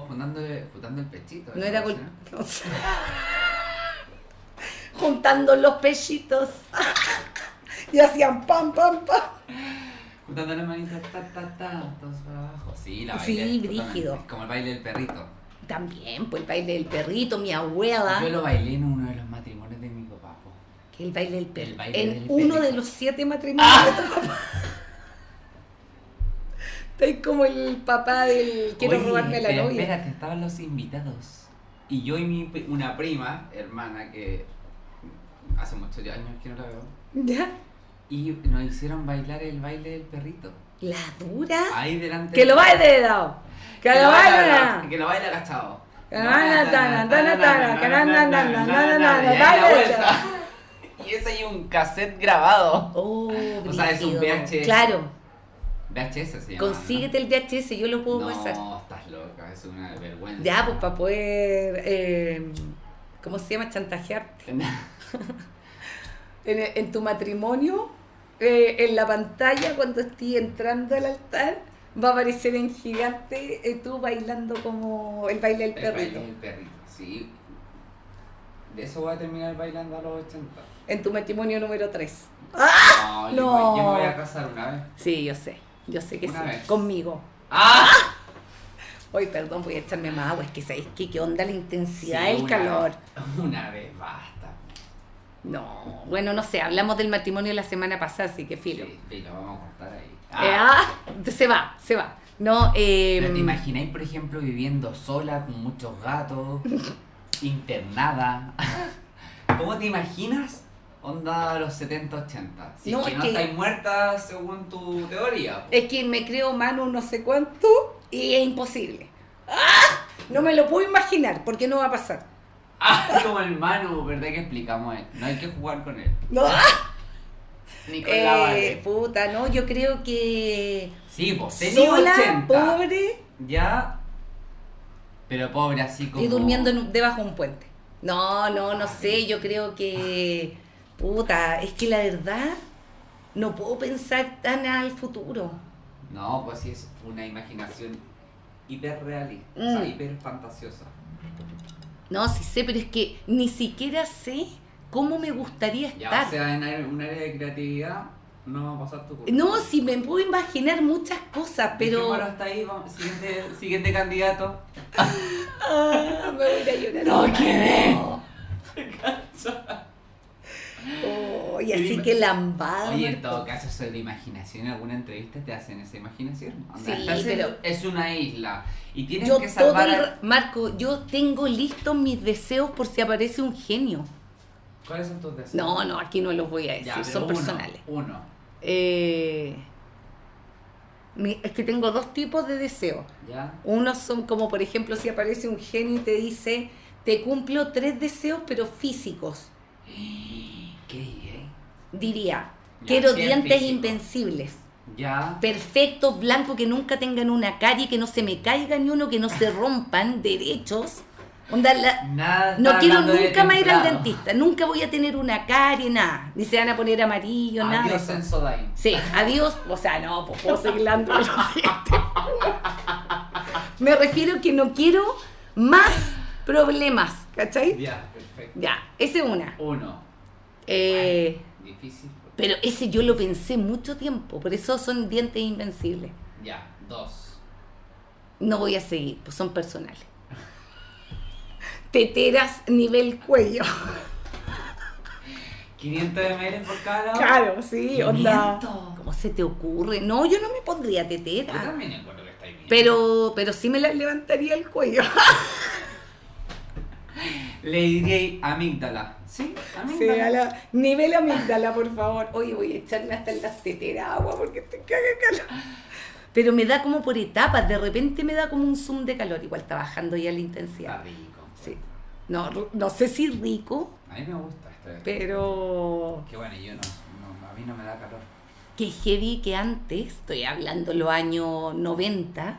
Speaker 3: juntando, juntando el pechito. ¿eh?
Speaker 2: no era
Speaker 3: ¿sí?
Speaker 2: golpe, juntando los pellitos, y hacían pam, pam, pam,
Speaker 3: Juntando las manitas, ta, ta, ta, todos para abajo. Sí, la
Speaker 2: Sí,
Speaker 3: bailé. totalmente.
Speaker 2: brígido.
Speaker 3: Es como el baile del perrito.
Speaker 2: también, pues el baile del perrito, mi abuela,
Speaker 3: Yo lo bailé en uno de los matrimonios de mi papá. po.
Speaker 2: que el baile del perrito, Ah.
Speaker 3: El baile
Speaker 2: en
Speaker 3: del
Speaker 2: uno de
Speaker 3: perrito.
Speaker 2: los siete matrimonios de tu papá, estoy como el papá del quiero
Speaker 3: Oye,
Speaker 2: robarme a la
Speaker 3: pero
Speaker 2: novia.
Speaker 3: Espérate, estaban los invitados. Y yo y mi, pri- una prima, hermana, que hace muchos años que no la veo.
Speaker 2: ¿Ya?
Speaker 3: Y nos hicieron bailar el baile del perrito.
Speaker 2: La dura.
Speaker 3: Ahí delante.
Speaker 2: Que
Speaker 3: del-
Speaker 2: lo baile de dado. Que lo baile.
Speaker 3: Que lo baile agachado.
Speaker 2: Que lo baile agachado. Tana, tana, tana, tana, tana, tana,
Speaker 3: Y ahí la
Speaker 2: baile
Speaker 3: vuelta.
Speaker 2: agachado.
Speaker 3: Y ese hay un cassette grabado.
Speaker 2: Oh,
Speaker 3: O sea, es un
Speaker 2: brígido.
Speaker 3: VHS.
Speaker 2: Claro.
Speaker 3: VHS se llama.
Speaker 2: Consíguete el VHS, yo lo puedo
Speaker 3: no,
Speaker 2: pasar.
Speaker 3: No, estás loca, es una vergüenza.
Speaker 2: Ya, pues para poder. eh, ¿Cómo se llama? Chantajearte. En, en tu matrimonio, eh, en la pantalla, cuando estés entrando al altar, va a aparecer en gigante eh, tú bailando como el baile del
Speaker 3: El
Speaker 2: perrito.
Speaker 3: perrito. El perrito, sí. De eso voy a terminar bailando a los 80.
Speaker 2: En tu matrimonio número 3.
Speaker 3: No, yo,
Speaker 2: Ah, no.
Speaker 3: me- yo me voy a casar una vez.
Speaker 2: Sí, yo sé. Yo sé que
Speaker 3: Una
Speaker 2: sí.
Speaker 3: vez.
Speaker 2: Conmigo.
Speaker 3: ¡Ah!
Speaker 2: Hoy, perdón, voy a echarme más agua. Es que, ¿sabéis qué? ¿Qué onda la intensidad
Speaker 3: Sí,
Speaker 2: del
Speaker 3: una
Speaker 2: calor?
Speaker 3: vez. Una vez, basta.
Speaker 2: No, bueno, no sé. Hablamos del matrimonio la semana pasada, así que filo. ah,
Speaker 3: Sí, sí, lo vamos a cortar ahí.
Speaker 2: Eh, ah, se va, se va. No,
Speaker 3: Pero te
Speaker 2: eh,
Speaker 3: imagináis, por ejemplo, viviendo sola con muchos gatos, internada. ¿Cómo te imaginas? Onda los 70, 80. Si
Speaker 2: No,
Speaker 3: es que
Speaker 2: es
Speaker 3: no
Speaker 2: que- Eh.
Speaker 3: estáis muerta según tu teoría. po.
Speaker 2: es que me creo Manu no sé cuánto y es imposible. ¡Ah! No me lo puedo imaginar porque no va a pasar.
Speaker 3: Ah, como el Manu, ¿verdad? Que explicamos él. No hay que jugar con él.
Speaker 2: No,
Speaker 3: Ni con la
Speaker 2: eh,
Speaker 3: Vale.
Speaker 2: puta, no, yo creo que
Speaker 3: Sí, vos tenés
Speaker 2: sola,
Speaker 3: 80.
Speaker 2: pobre
Speaker 3: Ya. Pero pobre así como.
Speaker 2: y durmiendo en un- debajo de un puente. No, no, no sé, yo creo que puta, es que la verdad no puedo pensar tan al futuro.
Speaker 3: No, pues sí es una imaginación hiperrealista, o sea,
Speaker 2: Mm.
Speaker 3: hiperfantasiosa.
Speaker 2: No, sí sé, pero es que ni siquiera sé cómo me gustaría
Speaker 3: Ya,
Speaker 2: estar.
Speaker 3: o sea, en área- un área de creatividad no va a pasar tu culpa.
Speaker 2: No, sí me puedo imaginar muchas cosas, pero
Speaker 3: Bueno, hasta ahí, vamos, siguiente, siguiente candidato.
Speaker 2: Ah, me voy a ir a llorar.
Speaker 3: No quedé.
Speaker 2: Oh, y así que lambada.
Speaker 3: Oye, en
Speaker 2: Marco.
Speaker 3: todo caso, sobre la imaginación, en alguna entrevista te hacen esa imaginación. Onda,
Speaker 2: Sí,
Speaker 3: estás en-
Speaker 2: pero-
Speaker 3: Es una isla y tienes
Speaker 2: Yo
Speaker 3: que
Speaker 2: todo
Speaker 3: salvar
Speaker 2: el
Speaker 3: a-
Speaker 2: ra- Marco, yo tengo listos mis deseos por si aparece un genio.
Speaker 3: ¿Cuáles son tus deseos?
Speaker 2: No, no, aquí no los voy a decir,
Speaker 3: Ya, pero
Speaker 2: son
Speaker 3: uno,
Speaker 2: personales.
Speaker 3: Uno.
Speaker 2: Eh, mi- es que tengo dos tipos de deseos.
Speaker 3: ¿Ya?
Speaker 2: Unos son como, por ejemplo, si aparece un genio y te dice, te cumplo tres deseos, pero físicos.
Speaker 3: ¿Qué dije?
Speaker 2: Diría,
Speaker 3: Ya,
Speaker 2: quiero
Speaker 3: bien
Speaker 2: dientes
Speaker 3: físico.
Speaker 2: invencibles.
Speaker 3: Ya.
Speaker 2: perfectos, blancos, que nunca tengan una calle, que no se me caiga ni uno, que no se rompan, derechos. Onda, la-
Speaker 3: Nada.
Speaker 2: no
Speaker 3: está
Speaker 2: quiero
Speaker 3: hablando de
Speaker 2: nunca más ir al
Speaker 3: templado.
Speaker 2: dentista, nunca voy a tener una carie, nada, ni se van a poner amarillo, nada. de
Speaker 3: Adiós,
Speaker 2: eso.
Speaker 3: Sensodyne.
Speaker 2: Sí, adiós, o sea, no, pues puedo seguir dando los dientes. Me refiero que no quiero más problemas, ¿cachai?
Speaker 3: Ya, perfecto.
Speaker 2: Ya, esa es una.
Speaker 3: Uno.
Speaker 2: Eh,
Speaker 3: Difícil.
Speaker 2: pero ese yo lo pensé mucho tiempo, por eso son dientes invencibles.
Speaker 3: Ya, dos.
Speaker 2: no voy a seguir, pues son personales. Teteras nivel cuello.
Speaker 3: 500 ml por cada lado.
Speaker 2: Claro, sí, onda.
Speaker 3: 500.
Speaker 2: ¿Cómo se te ocurre? No, yo no me pondría
Speaker 3: Yo
Speaker 2: tetera.
Speaker 3: también encuentro que está bien.
Speaker 2: Pero, pero sí me las levantaría el cuello.
Speaker 3: Le diría amígdala. Sí,
Speaker 2: Sí,
Speaker 3: amígdala.
Speaker 2: a la- nivel amígdala, por favor. Oye, voy a echarme hasta en las teteras agua porque te caga calor. Pero me da como por etapas, de repente me da como un zoom de calor, igual está bajando ya la
Speaker 3: Está
Speaker 2: intensidad.
Speaker 3: rico.
Speaker 2: Sí. No, no sé si rico,
Speaker 3: A mí me gusta esto.
Speaker 2: pero
Speaker 3: Que bueno, yo no, no- A mí no me da calor.
Speaker 2: que heavy que antes, estoy hablando los años 90,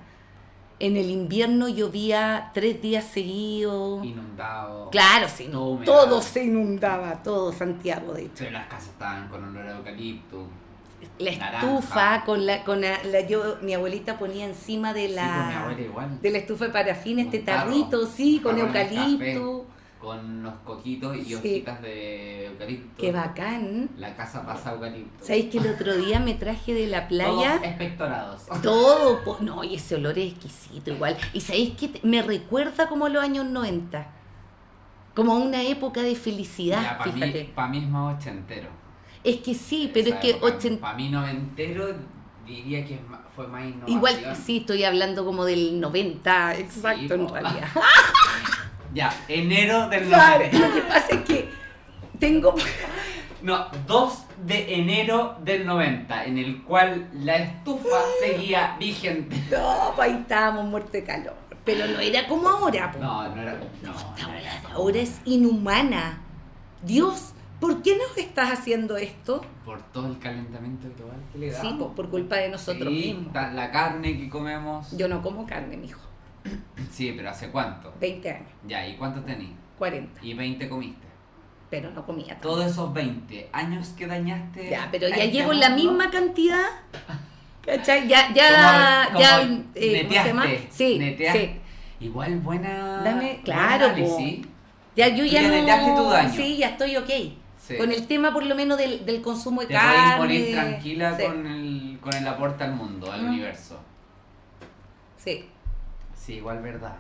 Speaker 2: en el invierno llovía tres días seguidos.
Speaker 3: Inundado.
Speaker 2: Oh. Claro, se
Speaker 3: No,
Speaker 2: inun-
Speaker 3: me
Speaker 2: todo
Speaker 3: da-
Speaker 2: se inundaba, todo Santiago, de hecho.
Speaker 3: Pero las casas estaban con olor a eucalipto.
Speaker 2: La
Speaker 3: Naranja.
Speaker 2: estufa con la, con la, la- yo, mi abuelita ponía encima de
Speaker 3: Sí, pues, mi
Speaker 2: la,
Speaker 3: abuela igual.
Speaker 2: de la estufa de parafina
Speaker 3: Un
Speaker 2: este
Speaker 3: tarro,
Speaker 2: tarrito, sí,
Speaker 3: un
Speaker 2: con
Speaker 3: tarro en el
Speaker 2: eucalipto.
Speaker 3: Con los coquitos y
Speaker 2: Sí.
Speaker 3: hojitas de eucalipto.
Speaker 2: Qué bacán.
Speaker 3: La casa pasa eucalipto.
Speaker 2: ¿Sabéis que el otro día me traje de la Oh, playa?
Speaker 3: Todos espectorados.
Speaker 2: Todo, po- no, y ese olor es exquisito igual. Y sabéis que me recuerda como a los años 90, como a una época de felicidad,
Speaker 3: para mí,
Speaker 2: fíjate.
Speaker 3: pa' mí es más ochentero.
Speaker 2: Es que sí, pero es que ochen-
Speaker 3: Para mí noventero diría que es ma- fue más innovación.
Speaker 2: igual sí, estoy hablando como del 90,
Speaker 3: Sí,
Speaker 2: exacto, en
Speaker 3: po.
Speaker 2: realidad.
Speaker 3: Ya, enero del
Speaker 2: Claro,
Speaker 3: 90.
Speaker 2: lo que pasa es que tengo.
Speaker 3: No, 2 de enero del 90, en el cual la estufa
Speaker 2: Ah.
Speaker 3: seguía vigente.
Speaker 2: No, pues ahí estábamos muertos de calor. Pero no era como ahora, po.
Speaker 3: No, no era. No,
Speaker 2: Esta
Speaker 3: no era.
Speaker 2: weá de ahora es inhumana. Dios, ¿por qué nos estás haciendo esto?
Speaker 3: Por todo el calentamiento global que le da.
Speaker 2: Sí, pues por culpa de nosotros mismos.
Speaker 3: La carne que comemos.
Speaker 2: Yo no como carne, mijo.
Speaker 3: Sí, pero ¿hace cuánto?
Speaker 2: 20 años,
Speaker 3: Ya, ¿y cuánto tenés?
Speaker 2: 40.
Speaker 3: Y 20 comiste.
Speaker 2: Pero no comía tanto.
Speaker 3: Todos esos 20 años que dañaste.
Speaker 2: Ya, pero ya
Speaker 3: Ay,
Speaker 2: llevo
Speaker 3: ya,
Speaker 2: la
Speaker 3: ¿no?
Speaker 2: misma cantidad. ¿Cachai? Ya, ya,
Speaker 3: Como-
Speaker 2: ya.
Speaker 3: como
Speaker 2: eh, ¿Cómo se
Speaker 3: neteaste,
Speaker 2: llama? Sí, sí.
Speaker 3: neteaste. Igual buena.
Speaker 2: Dame-
Speaker 3: buen
Speaker 2: claro,
Speaker 3: análisis.
Speaker 2: Ya yo
Speaker 3: Tú
Speaker 2: ya
Speaker 3: ya neteaste
Speaker 2: no.
Speaker 3: tu daño.
Speaker 2: Sí, ya estoy ok.
Speaker 3: Sí.
Speaker 2: Con el tema, por lo menos, del, del consumo de
Speaker 3: Te podéis
Speaker 2: carne.
Speaker 3: morir tranquila
Speaker 2: sí,
Speaker 3: con, el, con el aporte al mundo, al
Speaker 2: Mm.
Speaker 3: universo.
Speaker 2: sí.
Speaker 3: Sí, igual verdad.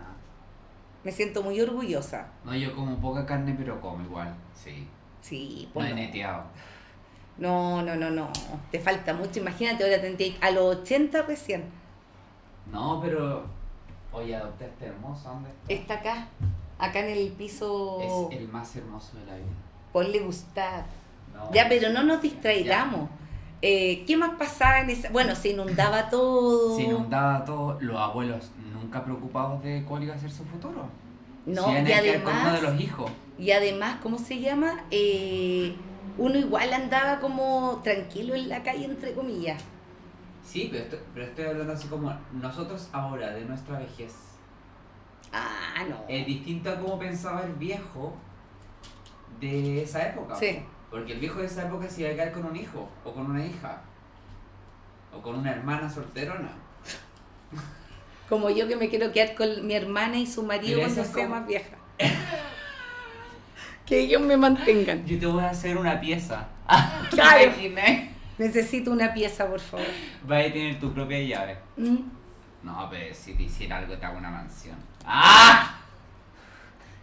Speaker 2: me siento muy orgullosa.
Speaker 3: No, yo como poca carne, pero como igual. Sí.
Speaker 2: Sí,
Speaker 3: No
Speaker 2: pues
Speaker 3: he
Speaker 2: no.
Speaker 3: neteado.
Speaker 2: No, no, no, no. Te falta mucho. Imagínate, ahora tendría a los 80 recién.
Speaker 3: No, pero. Oye, adopté a este hermoso, ¿dónde está?
Speaker 2: Está acá, acá en el piso.
Speaker 3: Es el más hermoso de la vida.
Speaker 2: Ponle Gustav.
Speaker 3: No.
Speaker 2: Ya, pero no nos distraigamos. Eh, ¿Qué más pasaba en esa.? Bueno, se inundaba todo.
Speaker 3: Se inundaba todo, los abuelos nunca preocupados de cuál iba a ser su futuro.
Speaker 2: No,
Speaker 3: si iban a
Speaker 2: y
Speaker 3: quedar con uno de
Speaker 2: además.
Speaker 3: los hijos.
Speaker 2: Y además, ¿cómo se llama? Eh, uno igual andaba como tranquilo en la calle, entre comillas.
Speaker 3: Sí, pero estoy, pero estoy hablando así como nosotros ahora, de nuestra vejez.
Speaker 2: Ah, no.
Speaker 3: Es distinto a cómo pensaba el viejo de esa época.
Speaker 2: Sí.
Speaker 3: Porque el viejo de esa época se iba a quedar con un hijo, o con una hija, o con una hermana solterona.
Speaker 2: Como yo que me quiero quedar con mi hermana y su marido
Speaker 3: Mira,
Speaker 2: cuando
Speaker 3: eso es
Speaker 2: sea
Speaker 3: como-
Speaker 2: más vieja. que ellos me mantengan.
Speaker 3: Yo te voy a hacer una pieza.
Speaker 2: Claro.
Speaker 3: ¿Te imaginas?
Speaker 2: Necesito una pieza, por favor.
Speaker 3: Vas a tener tu propia llave.
Speaker 2: Mm.
Speaker 3: No, pero si te hiciera algo, te hago una mansión. ¡Ah!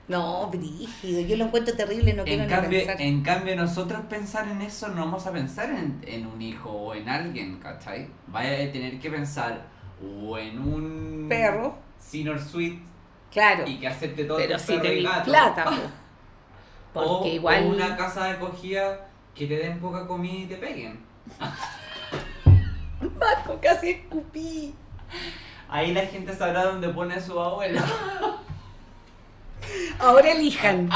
Speaker 2: No, brígido, yo lo encuentro terrible, no quiero
Speaker 3: En
Speaker 2: ni
Speaker 3: cambio,
Speaker 2: pensar.
Speaker 3: en cambio, nosotros pensar en eso no vamos a pensar en, en un hijo o en alguien, ¿cachai? Vaya a tener que pensar o en un
Speaker 2: Perro.
Speaker 3: senior suite
Speaker 2: Claro,
Speaker 3: y que acepte todo
Speaker 2: pero
Speaker 3: tu
Speaker 2: si
Speaker 3: perro y
Speaker 2: tenés
Speaker 3: gato.
Speaker 2: plata, po.
Speaker 3: O-
Speaker 2: porque igual
Speaker 3: o una casa de acogida que te den poca comida y te peguen.
Speaker 2: Marco casi escupí.
Speaker 3: Ahí la gente sabrá dónde pone a su abuela.
Speaker 2: Ahora elijan.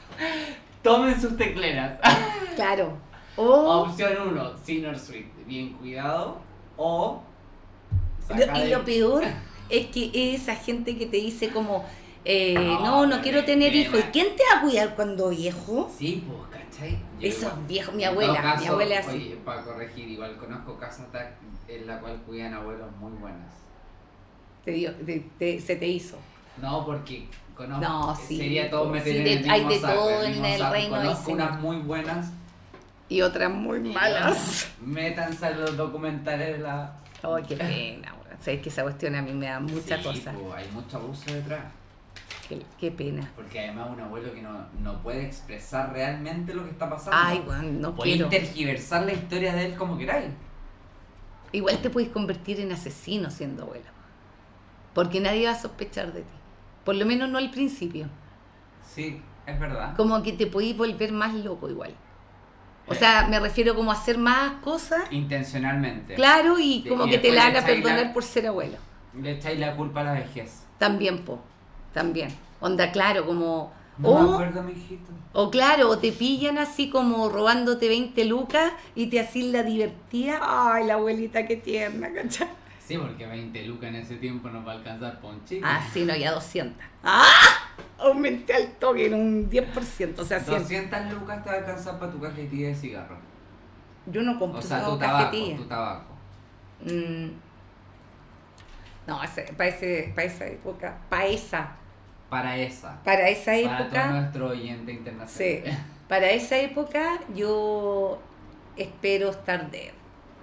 Speaker 3: Tomen sus tecleras.
Speaker 2: Claro. O,
Speaker 3: Opción 1, senior suite, bien cuidado. O saca
Speaker 2: y lo
Speaker 3: de-
Speaker 2: peor es que esa gente que te dice como, eh,
Speaker 3: No,
Speaker 2: no, no
Speaker 3: no,
Speaker 2: quiero
Speaker 3: no,
Speaker 2: tener
Speaker 3: no,
Speaker 2: hijo. ¿Y
Speaker 3: no.
Speaker 2: quién te va a cuidar cuando viejo?
Speaker 3: Sí, pues, ¿cachai? Yo
Speaker 2: Esos
Speaker 3: igual-
Speaker 2: viejos, mi
Speaker 3: en todo
Speaker 2: abuela, mi
Speaker 3: caso,
Speaker 2: abuela es así.
Speaker 3: Oye, para corregir, igual conozco casas ta- en la cual cuidan abuelos muy buenas.
Speaker 2: Te dio- te- te- se te hizo.
Speaker 3: No, porque conozco. eh,
Speaker 2: No, sí, pues,
Speaker 3: Sería todo meter
Speaker 2: sí,
Speaker 3: en
Speaker 2: de-
Speaker 3: el mismo
Speaker 2: hay de
Speaker 3: saco,
Speaker 2: todo en
Speaker 3: mismo
Speaker 2: el
Speaker 3: saco.
Speaker 2: reino del
Speaker 3: Conozco
Speaker 2: Señor.
Speaker 3: unas muy buenas.
Speaker 2: Y otras muy malas.
Speaker 3: Métanse a los documentales de la.
Speaker 2: Ay, qué pena, weón. Sabes que esa cuestión a mí me da mucha
Speaker 3: Sí,
Speaker 2: cosa.
Speaker 3: po, hay mucho abuso detrás.
Speaker 2: Qué, qué pena.
Speaker 3: Porque además un abuelo que no, no puede expresar realmente lo que está pasando.
Speaker 2: Ay, weón, no
Speaker 3: Podéis
Speaker 2: quiero.
Speaker 3: tergiversar la historia de él como queráis.
Speaker 2: Igual te puedes convertir en asesino siendo abuelo. Porque nadie va a sospechar de ti. Por lo menos no al principio.
Speaker 3: Sí, es verdad.
Speaker 2: Como que te podéis volver más loco igual. O sea, me refiero como a hacer más cosas,
Speaker 3: Intencionalmente.
Speaker 2: claro, y
Speaker 3: Sí,
Speaker 2: como
Speaker 3: y
Speaker 2: que te la van
Speaker 3: después
Speaker 2: a
Speaker 3: le echáis la-
Speaker 2: perdonar por ser abuelo.
Speaker 3: Le echáis la culpa a la vejez.
Speaker 2: También, po. También. Onda, claro, como...
Speaker 3: No
Speaker 2: o-
Speaker 3: me acuerdo, mijito.
Speaker 2: O claro, o te pillan así como robándote 20 lucas y te así la divertida. Ay, la abuelita qué tierna, ¿cachai?
Speaker 3: Sí, porque 20 lucas en ese tiempo no va a alcanzar por un chico.
Speaker 2: Ah, sí, no, ya 200. ¡Ah! Aumenté al toque en un 10%, o sea, 100.
Speaker 3: 200 lucas te va a alcanzar para tu cajetilla de cigarro.
Speaker 2: Yo no compro
Speaker 3: O sea,
Speaker 2: no,
Speaker 3: tu tabaco,
Speaker 2: cajetilla.
Speaker 3: tu tabaco.
Speaker 2: Mm. No, para, ese, para esa época, para esa,
Speaker 3: Para esa.
Speaker 2: para esa
Speaker 3: Para todo
Speaker 2: época,
Speaker 3: nuestro oyente
Speaker 2: sí,
Speaker 3: internacional.
Speaker 2: para esa época yo espero estar de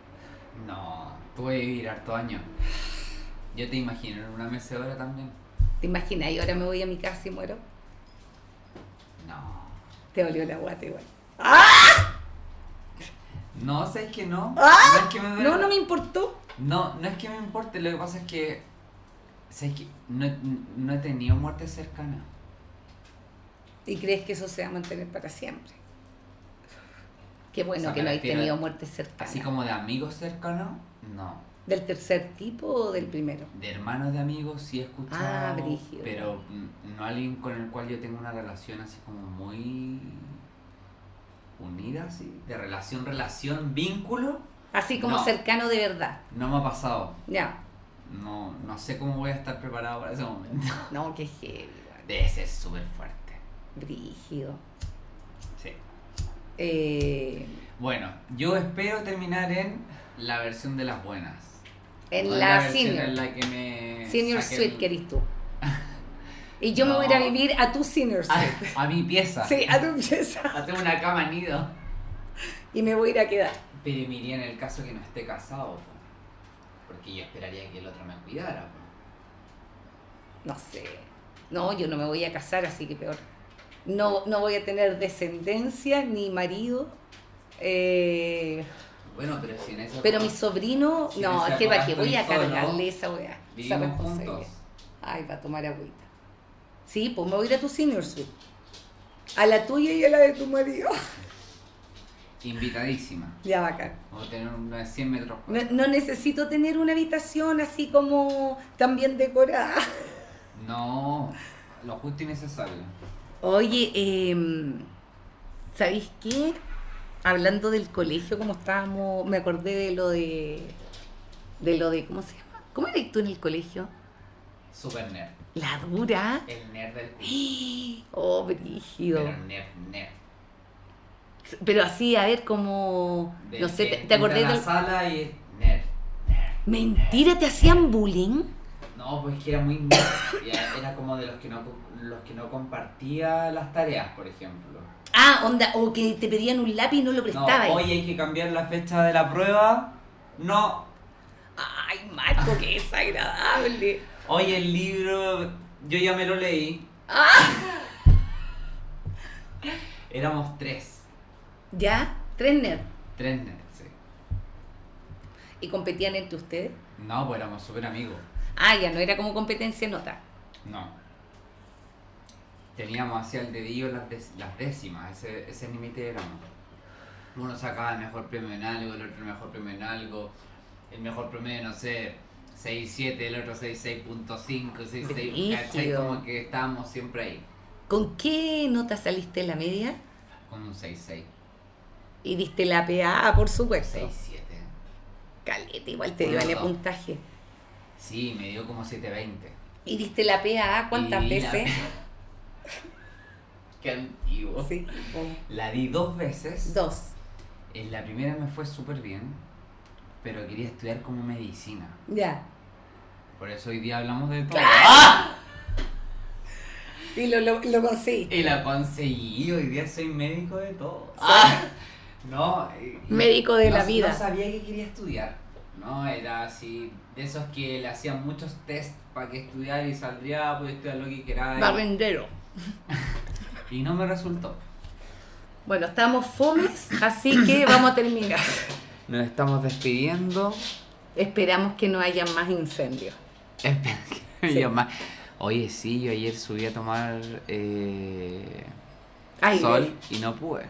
Speaker 3: No, tuve que vivir harto año. Yo te imagino en una mecedora también.
Speaker 2: ¿Te imaginas? Y ahora me voy a mi casa y muero.
Speaker 3: No.
Speaker 2: Te olió la guata igual.
Speaker 3: No, ¿sabes que no? No, es que me duela.
Speaker 2: ¡Ah! No, no me importó.
Speaker 3: No, no es que me importe, lo que pasa es que. ¿Sabes que no, no he tenido muerte cercana.
Speaker 2: ¿Y crees que eso se va a mantener para siempre? Qué bueno
Speaker 3: O sea,
Speaker 2: que
Speaker 3: me
Speaker 2: no hay
Speaker 3: refiero-
Speaker 2: tenido muerte cercana.
Speaker 3: Así como de amigos cercanos, no.
Speaker 2: ¿Del tercer tipo o del primero?
Speaker 3: De hermanos de amigos sí he escuchado.
Speaker 2: Ah, brígido.
Speaker 3: Pero mm, no alguien con el cual yo tengo una relación así como muy unida, así. De relación, relación, vínculo.
Speaker 2: Así como
Speaker 3: No.
Speaker 2: cercano de verdad.
Speaker 3: No me ha pasado.
Speaker 2: Ya.
Speaker 3: No, no sé cómo voy a estar preparado para ese momento.
Speaker 2: No, qué heavy, weón.
Speaker 3: Debe ser súper fuerte.
Speaker 2: brígido.
Speaker 3: Sí.
Speaker 2: Eh,
Speaker 3: Bueno, yo espero terminar en la versión de las buenas.
Speaker 2: en
Speaker 3: No
Speaker 2: la,
Speaker 3: versión
Speaker 2: senior.
Speaker 3: En la que me.
Speaker 2: senior
Speaker 3: saquen
Speaker 2: suite que eres tú. Y yo me voy a ir a
Speaker 3: No. Ah,
Speaker 2: vivir a tu senior suite.
Speaker 3: A, a mi pieza.
Speaker 2: Sí, a tu pieza.
Speaker 3: Hacemos una cama nido.
Speaker 2: Y me voy a ir a quedar.
Speaker 3: Pero me iría en el caso que no esté casado, po. porque yo esperaría que el otro me cuidara. po.
Speaker 2: No sé. No, yo no me voy a casar, así que peor. No, no voy a tener descendencia ni marido. Eh,
Speaker 3: Bueno, pero si en esa
Speaker 2: Pero mi
Speaker 3: época
Speaker 2: sobrino,
Speaker 3: Si en
Speaker 2: no,
Speaker 3: esa
Speaker 2: es que para
Speaker 3: época
Speaker 2: que voy a
Speaker 3: estoy solo,
Speaker 2: cargarle esa weá. Esa
Speaker 3: vivimos
Speaker 2: responsabilidad.
Speaker 3: juntos.
Speaker 2: Ay, va a tomar agüita. Sí, pues me voy a ir a tu senior suite. A la tuya y a la de tu marido.
Speaker 3: Invitadísima.
Speaker 2: Ya bacán.
Speaker 3: Vamos a tener unos 100 metros
Speaker 2: No,
Speaker 3: cuadrados.
Speaker 2: no necesito tener una habitación así como también decorada.
Speaker 3: No, lo justo y necesario.
Speaker 2: Oye, em, ¿sabéis qué? Hablando del colegio, como estábamos, me acordé de lo de. de lo de. ¿Cómo se llama? ¿Cómo eres tú en el colegio?
Speaker 3: Super nerd.
Speaker 2: La dura.
Speaker 3: El nerd del curso.
Speaker 2: Oh, brígido.
Speaker 3: Pero nerd, nerd.
Speaker 2: Pero así, a ver, como.
Speaker 3: De-
Speaker 2: No sé,
Speaker 3: que
Speaker 2: ¿te, te acordé
Speaker 3: entra a
Speaker 2: del.
Speaker 3: la sala y es nerd, nerd.
Speaker 2: Mentira, te hacían bullying.
Speaker 3: No, pues es que era muy nerd. Y Era era como de los que no co- los que no compartía las tareas, por ejemplo.
Speaker 2: Ah, onda, o que te pedían un lápiz y no lo
Speaker 3: No,
Speaker 2: prestabas.
Speaker 3: hoy hay que cambiar la fecha de la prueba. No,
Speaker 2: Ay, Marco, qué desagradable.
Speaker 3: hoy el libro yo ya me lo leí. Éramos tres.
Speaker 2: ¿Ya? Tres nerds.
Speaker 3: Tres nerds, sí.
Speaker 2: ¿Y competían entre ustedes?
Speaker 3: No, pues éramos súper amigos.
Speaker 2: Ah, ya no era como competencia nota.
Speaker 3: No. Teníamos hacia el dedillo las, des- las décimas, ese, ese límite éramos. Uno sacaba el mejor premio en algo, el otro el mejor premio en algo, el mejor promedio, no sé, 6.7, el otro 6.6.5, 6.6, ¿cachai?
Speaker 2: Brígido.
Speaker 3: Como que estábamos siempre ahí,
Speaker 2: ¿Con qué nota saliste en la media?
Speaker 3: con un 6.6,
Speaker 2: Y diste la PA, por supuesto.
Speaker 3: 6.7.
Speaker 2: Caleta, igual te dio el
Speaker 3: Gordo.
Speaker 2: puntaje.
Speaker 3: Sí, me dio como 7.20.
Speaker 2: ¿Y diste la PA cuántas
Speaker 3: Y la-
Speaker 2: veces?
Speaker 3: Qué antiguo.
Speaker 2: Sí,
Speaker 3: La di dos veces.
Speaker 2: dos.
Speaker 3: En la primera me fue súper bien, pero quería estudiar como medicina.
Speaker 2: Ya.
Speaker 3: Por eso hoy día hablamos de todo. Ah,
Speaker 2: Y lo, lo, lo conseguiste.
Speaker 3: Y la conseguí, hoy día soy médico de todo. Ah, No, eh,
Speaker 2: Médico de
Speaker 3: no-
Speaker 2: la vida.
Speaker 3: No sabía que quería estudiar. No, era así, de esos que le hacían muchos test para que estudiar y saldría, podía estudiar lo que queráis.
Speaker 2: Barrendero.
Speaker 3: Y no me resultó.
Speaker 2: Bueno, estamos fomes, así que vamos a terminar.
Speaker 3: Nos estamos despidiendo.
Speaker 2: Esperamos que no haya más incendios.
Speaker 3: Espera que
Speaker 2: Sí.
Speaker 3: yo más. Oye, sí, yo ayer subí a tomar eh,
Speaker 2: Ay,
Speaker 3: sol y no pude.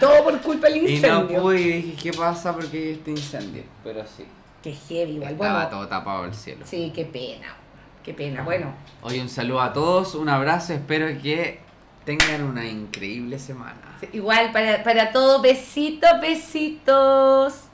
Speaker 2: Todo por culpa del
Speaker 3: Y no
Speaker 2: incendio.
Speaker 3: pude y dije, ¿qué pasa? Porque hay este incendio. Pero sí.
Speaker 2: Qué heavy, igual.
Speaker 3: Estaba
Speaker 2: Bueno,
Speaker 3: todo tapado el cielo.
Speaker 2: sí, qué pena. Qué pena. Bueno,
Speaker 3: Oye, un saludo a todos, un abrazo, espero que tengan una increíble semana.
Speaker 2: igual para, para todos, besitos, besitos.